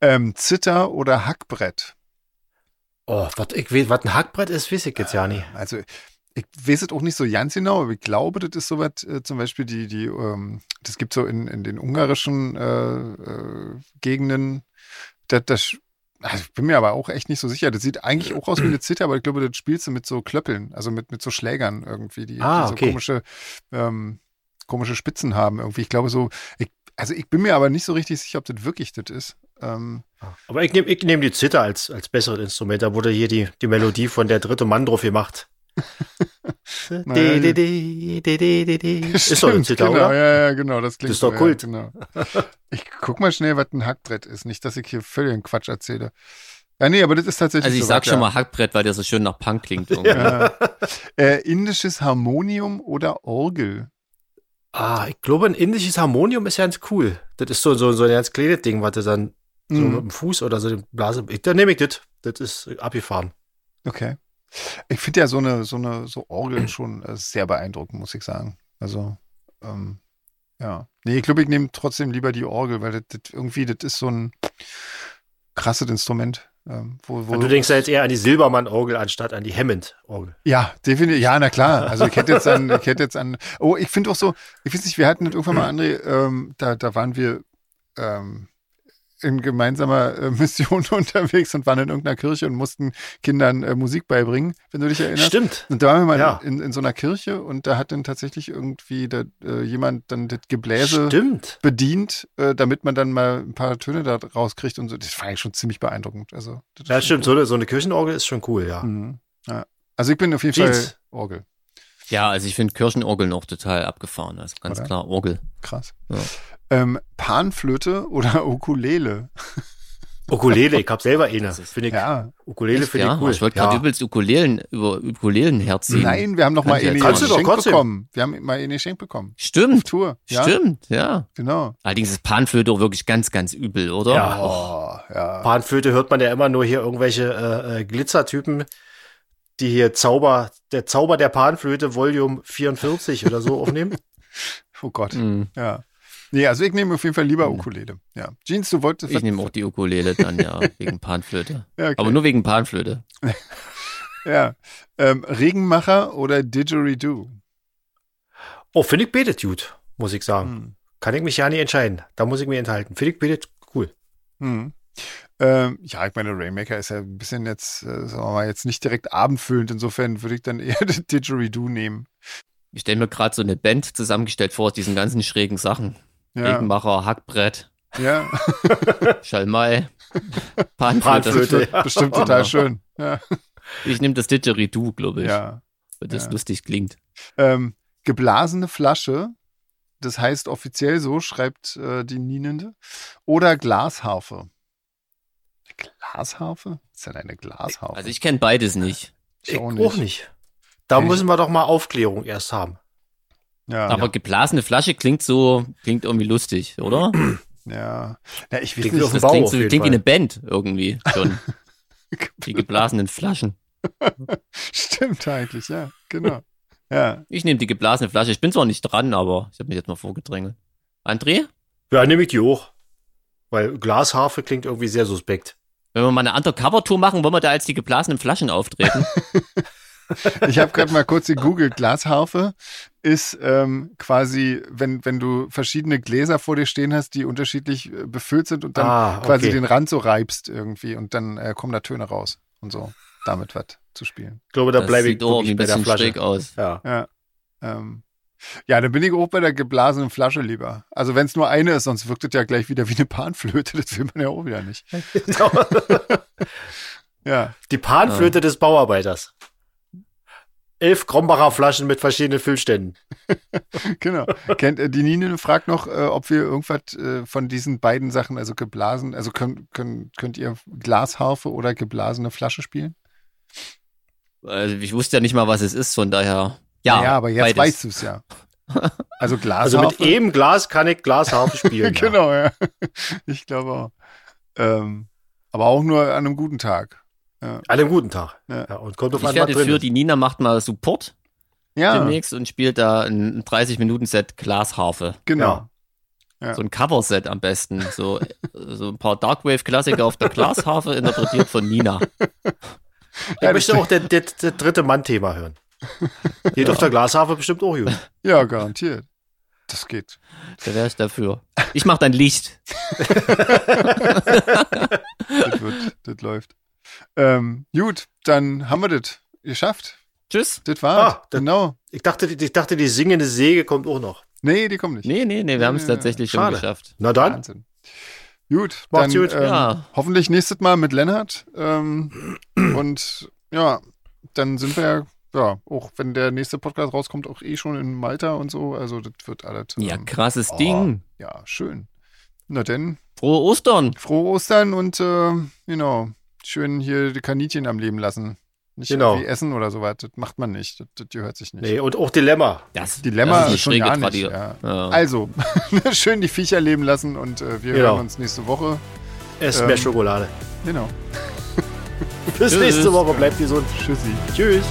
S2: Ähm, Zitter oder Hackbrett?
S1: Oh, was ich weiß, was ein Hackbrett ist, weiß ich jetzt ja nicht.
S2: Also ich weiß es auch nicht so ganz genau, aber ich glaube, das ist sowas, äh, zum Beispiel die, die, ähm, das gibt so in, in den ungarischen äh, äh, Gegenden, das, das sch- also ich bin mir aber auch echt nicht so sicher. Das sieht eigentlich auch aus wie eine Zither, aber ich glaube, das spielst du mit so Klöppeln, also mit, mit so Schlägern irgendwie, die,
S1: Ah,
S2: die so
S1: okay.
S2: komische, ähm, komische Spitzen haben irgendwie. Ich glaube so, ich, also ich bin mir aber nicht so richtig sicher, ob das wirklich das ist. Ähm,
S1: Aber ich nehme ich nehm die Zither als, als besseres Instrument. Da wurde hier die, die Melodie von der dritte Mann drauf
S3: [laughs]
S1: gemacht.
S2: Naja,
S1: Di, di, di, di, di, di, di. Ist doch eine
S2: stimmt,
S1: Zither,
S2: genau,
S1: oder?
S2: Ja, ja, genau, das klingt
S1: Das ist doch
S2: so,
S1: Kult.
S2: Ja, genau. Ich guck mal schnell, was ein Hackbrett ist. Nicht, dass ich hier völligen Quatsch erzähle. Ja, nee, aber das ist tatsächlich
S3: Also ich
S2: so,
S3: sag
S2: ja.
S3: schon mal Hackbrett, weil der so schön nach Punk
S2: [laughs]
S3: klingt. irgendwie.
S2: Ja. äh, indisches Harmonium oder Orgel.
S1: Ah, ich glaube, ein indisches Harmonium ist ganz cool. Das ist so, so, so ein ganz kleines Ding, was du dann so mit
S2: Mhm.
S1: dem Fuß oder so die Blase. Ich, dann nehme ich das. Das ist abgefahren.
S2: Okay. Ich finde ja so eine, so eine, so Orgeln schon äh, sehr beeindruckend, muss ich sagen. Also, ähm, ja. Nee, ich glaube, ich nehme trotzdem lieber die Orgel, weil das, das irgendwie, das ist so ein krasses Instrument. Ähm, wo, wo,
S1: Du denkst ja jetzt eher an die Silbermann-Orgel anstatt an die Hammond-Orgel.
S2: Ja, definitiv. Ja, na klar. Also ich hätte jetzt an, ich hätte jetzt an. Oh, ich finde auch so, ich weiß nicht, wir hatten das irgendwann mal, André, ähm, da, da waren wir ähm, in gemeinsamer äh, Mission [laughs] unterwegs und waren in irgendeiner Kirche und mussten Kindern äh, Musik beibringen, wenn du dich erinnerst.
S1: Stimmt.
S2: Und da waren wir mal
S1: Ja.
S2: in, in so einer Kirche und da hat dann tatsächlich irgendwie da, äh, jemand dann das
S3: also-
S2: Gebläse
S1: Stimmt.
S2: bedient, äh, damit man dann mal ein paar Töne da rauskriegt und so. Das fand ich schon ziemlich beeindruckend. Also, das ist
S1: Ja,
S2: schon
S1: stimmt. So eine, so eine Kirchenorgel ist schon cool, ja.
S2: cool. Mhm. Ja. Also ich bin auf jeden
S1: Jeans.
S2: Fall Orgel.
S3: Ja, also ich finde Kirchenorgel noch total abgefahren. Also ganz
S2: Oder?
S3: klar, Orgel.
S2: Krass.
S3: Ja.
S2: Ähm, Panflöte oder [laughs] Ukulele?
S1: Ukulele, ich hab selber eine. Finde ich,
S2: Ja.
S1: Ukulele
S3: Echt,
S1: finde
S3: ja?
S1: ich cool.
S3: Ich wollte
S1: ja.
S3: gerade übelst Ukulelen, über Ukulelen herziehen.
S2: Nein, wir haben noch
S3: Kann
S2: mal
S3: ich
S2: Eni
S3: jetzt
S1: Kannst du doch
S2: geschenkt
S1: trotzdem.
S2: bekommen. Wir haben mal Eni geschenkt bekommen. Auf
S3: Stimmt,
S2: Tour. Ja,
S3: Hm. stimmt, ja.
S2: Genau.
S3: Allerdings ist Panflöte auch wirklich ganz, ganz übel, oder?
S1: Ja.
S2: Oh, ja.
S1: Panflöte hört man ja immer nur hier irgendwelche äh, äh, Glitzertypen, die hier Zauber, der Zauber der Panflöte Volume 44 oder so aufnehmen.
S2: Oh Gott.
S3: Hm,
S2: Ja. Nee, also ich nehme auf jeden Fall lieber Ukulele. Ja. Jeans, du wolltest.
S3: Ich nehme auch die Ukulele dann,
S2: [laughs]
S3: ja, wegen Panflöte.
S2: Ja, okay.
S3: Aber nur wegen Panflöte.
S2: ja. Ähm, Regenmacher oder Didgeridoo?
S1: [laughs] Oh, finde ich betet gut, muss ich sagen.
S2: Hm.
S1: Kann ich mich ja nicht entscheiden. Da muss ich mich enthalten. Finde ich betet cool.
S2: Hm. Ähm, ja, ich meine, Rainmaker ist ja ein bisschen jetzt, äh, sagen wir mal, jetzt nicht direkt abendfüllend. Insofern würde ich dann [laughs] eher den Didgeridoo nehmen.
S3: Ich stelle mir gerade so eine Band zusammengestellt vor aus diesen ganzen schrägen Sachen.
S2: Ja.
S3: Regenmacher, Hackbrett,
S2: ja.
S1: [laughs]
S3: Schalmei, Panflöte.
S1: Panflöte.
S2: Wird
S1: Ja.
S2: Bestimmt total schön. Ja.
S3: Ich nehme das Didgeridoo, glaube ich,
S2: ja.
S3: weil das
S2: ja.
S3: lustig klingt.
S2: Ähm, geblasene Flasche, das heißt offiziell so, schreibt äh, die Nienende. Oder Glasharfe. Glasharfe? Was ist denn eine Glasharfe?
S3: Also ich kenne beides nicht.
S2: Ich auch
S1: auch
S2: nicht.
S1: nicht. Hm. Da
S2: Ich-
S1: müssen wir doch mal Aufklärung erst haben.
S2: ja.
S3: Aber geblasene Flasche klingt so, klingt irgendwie lustig, oder?
S2: ja. ja, ich weiß
S1: Klingt
S2: nicht. [laughs]
S1: auf dem
S3: Das
S1: Bau
S3: klingt, so,
S1: auf jeden
S3: klingt wie
S1: Fall.
S3: eine Band irgendwie
S1: [laughs]
S3: schon. Die geblasenen Flaschen.
S2: Stimmt eigentlich, ja, genau. Ja,
S3: Ich nehme die geblasene Flasche. Ich bin zwar nicht dran, aber ich habe mich jetzt mal vorgedrängelt. André,
S1: Ja, nehme ich die hoch. Weil Glasharfe klingt irgendwie sehr suspekt.
S3: wenn wir mal eine Undercover-Tour machen, wollen wir da als die geblasenen Flaschen auftreten?
S2: ich habe gerade mal kurz gegoogelt. Glasharfe ist ähm, quasi, wenn, wenn du verschiedene Gläser vor dir stehen hast, die unterschiedlich äh, befüllt sind und dann
S1: ah,
S2: quasi den Rand so reibst irgendwie und dann äh, kommen da Töne raus und so, damit was zu spielen.
S1: ich glaube, [laughs] da
S3: das
S1: bleibe ich
S3: sieht auch irgendwie
S1: wirklich
S3: ein
S1: bei der
S3: bisschen
S1: Flasche.
S3: schräg aus.
S1: Ja.
S2: Ja. Ähm, ja, dann bin ich auch bei der geblasenen Flasche lieber. Also wenn es nur eine ist, sonst wirkt es ja gleich wieder wie eine Panflöte, das will man ja auch wieder nicht.
S1: [laughs]
S2: Ja,
S1: die Panflöte des Bauarbeiters. Elf Krombacher Flaschen mit verschiedenen Füllständen.
S2: genau. Kennt, äh, die Nine fragt noch, äh, ob wir irgendwas äh, von diesen beiden Sachen, also geblasen, also könnt, könnt, könnt ihr Glasharfe oder geblasene Flasche spielen?
S3: Also ich wusste ja nicht mal, was es ist, von daher. Ja,
S2: Naja, aber jetzt
S3: beides.
S2: weißt du es ja. Also
S1: Also
S2: Glasharfe.
S1: mit eben Glas kann ich Glasharfe spielen. ja.
S2: [laughs] genau, ja. Ich glaube auch. Ähm, aber auch nur an einem guten Tag.
S1: An einem guten Tag.
S2: Ja.
S1: Ja. und kommt auf
S3: Ich
S1: an,
S3: werde
S1: was drin
S3: für
S1: ist.
S3: die Nina macht mal Support
S2: Ja,
S3: demnächst und spielt da ein 30-Minuten-Set Glasharfe.
S2: genau. Ja.
S3: So ein Cover-Set am besten. So, [laughs] so ein paar Darkwave-Klassiker auf der Glasharfe interpretiert von Nina.
S1: Ich möchte auch das, das, das dritte Mann-Thema hören. Geht auf der Glasharfe bestimmt auch gut.
S2: Ja, garantiert. Das geht.
S3: Da wäre ich dafür. Ich mache dann Licht.
S2: Das,
S1: [laughs]
S2: wird, das läuft. Ähm, gut, dann haben wir das geschafft.
S3: Tschüss.
S2: Das war's.
S1: Ah, das-
S2: genau.
S1: Ich dachte, die- ich dachte, die singende Säge kommt auch noch.
S2: Nee, die kommen nicht.
S3: Nee, nee, nee, wir haben es tatsächlich schon
S1: Schade.
S3: geschafft.
S1: Na dann,
S2: Wahnsinn. Gut,
S1: Macht's
S2: dann
S1: gut.
S2: Ähm,
S3: Ja.
S2: hoffentlich nächstes Mal mit Lennart.
S1: [clears throat]
S2: Ähm, und ja, dann sind wir ja, ja, auch wenn der nächste Podcast rauskommt, auch eh schon in Malta und so. Also das wird alles.
S3: Ja,
S2: ähm,
S3: krasses
S2: oh,
S3: Ding.
S2: Ja, schön. Na denn,
S3: Frohe Ostern.
S2: frohe Ostern und äh, genau, schön hier die Kaninchen am Leben lassen. Nicht
S1: Genau.
S2: irgendwie essen oder sowas. Das macht man nicht. Das, das gehört sich nicht.
S1: Nee, und auch Dilemma.
S3: Das,
S2: Dilemma
S3: das ist eine
S2: schon
S3: schräge
S2: gar nicht.
S3: Tradition.
S2: Ja.
S3: Ja.
S2: Also, [laughs] schön die Viecher leben lassen und äh, wir
S1: Genau.
S2: hören uns nächste Woche.
S1: Esst
S2: Ähm.
S1: mehr Schokolade.
S2: Genau.
S1: Bis
S3: Tschüss.
S1: nächste Woche. Bleibt gesund.
S2: Tschüssi.
S1: Tschüss.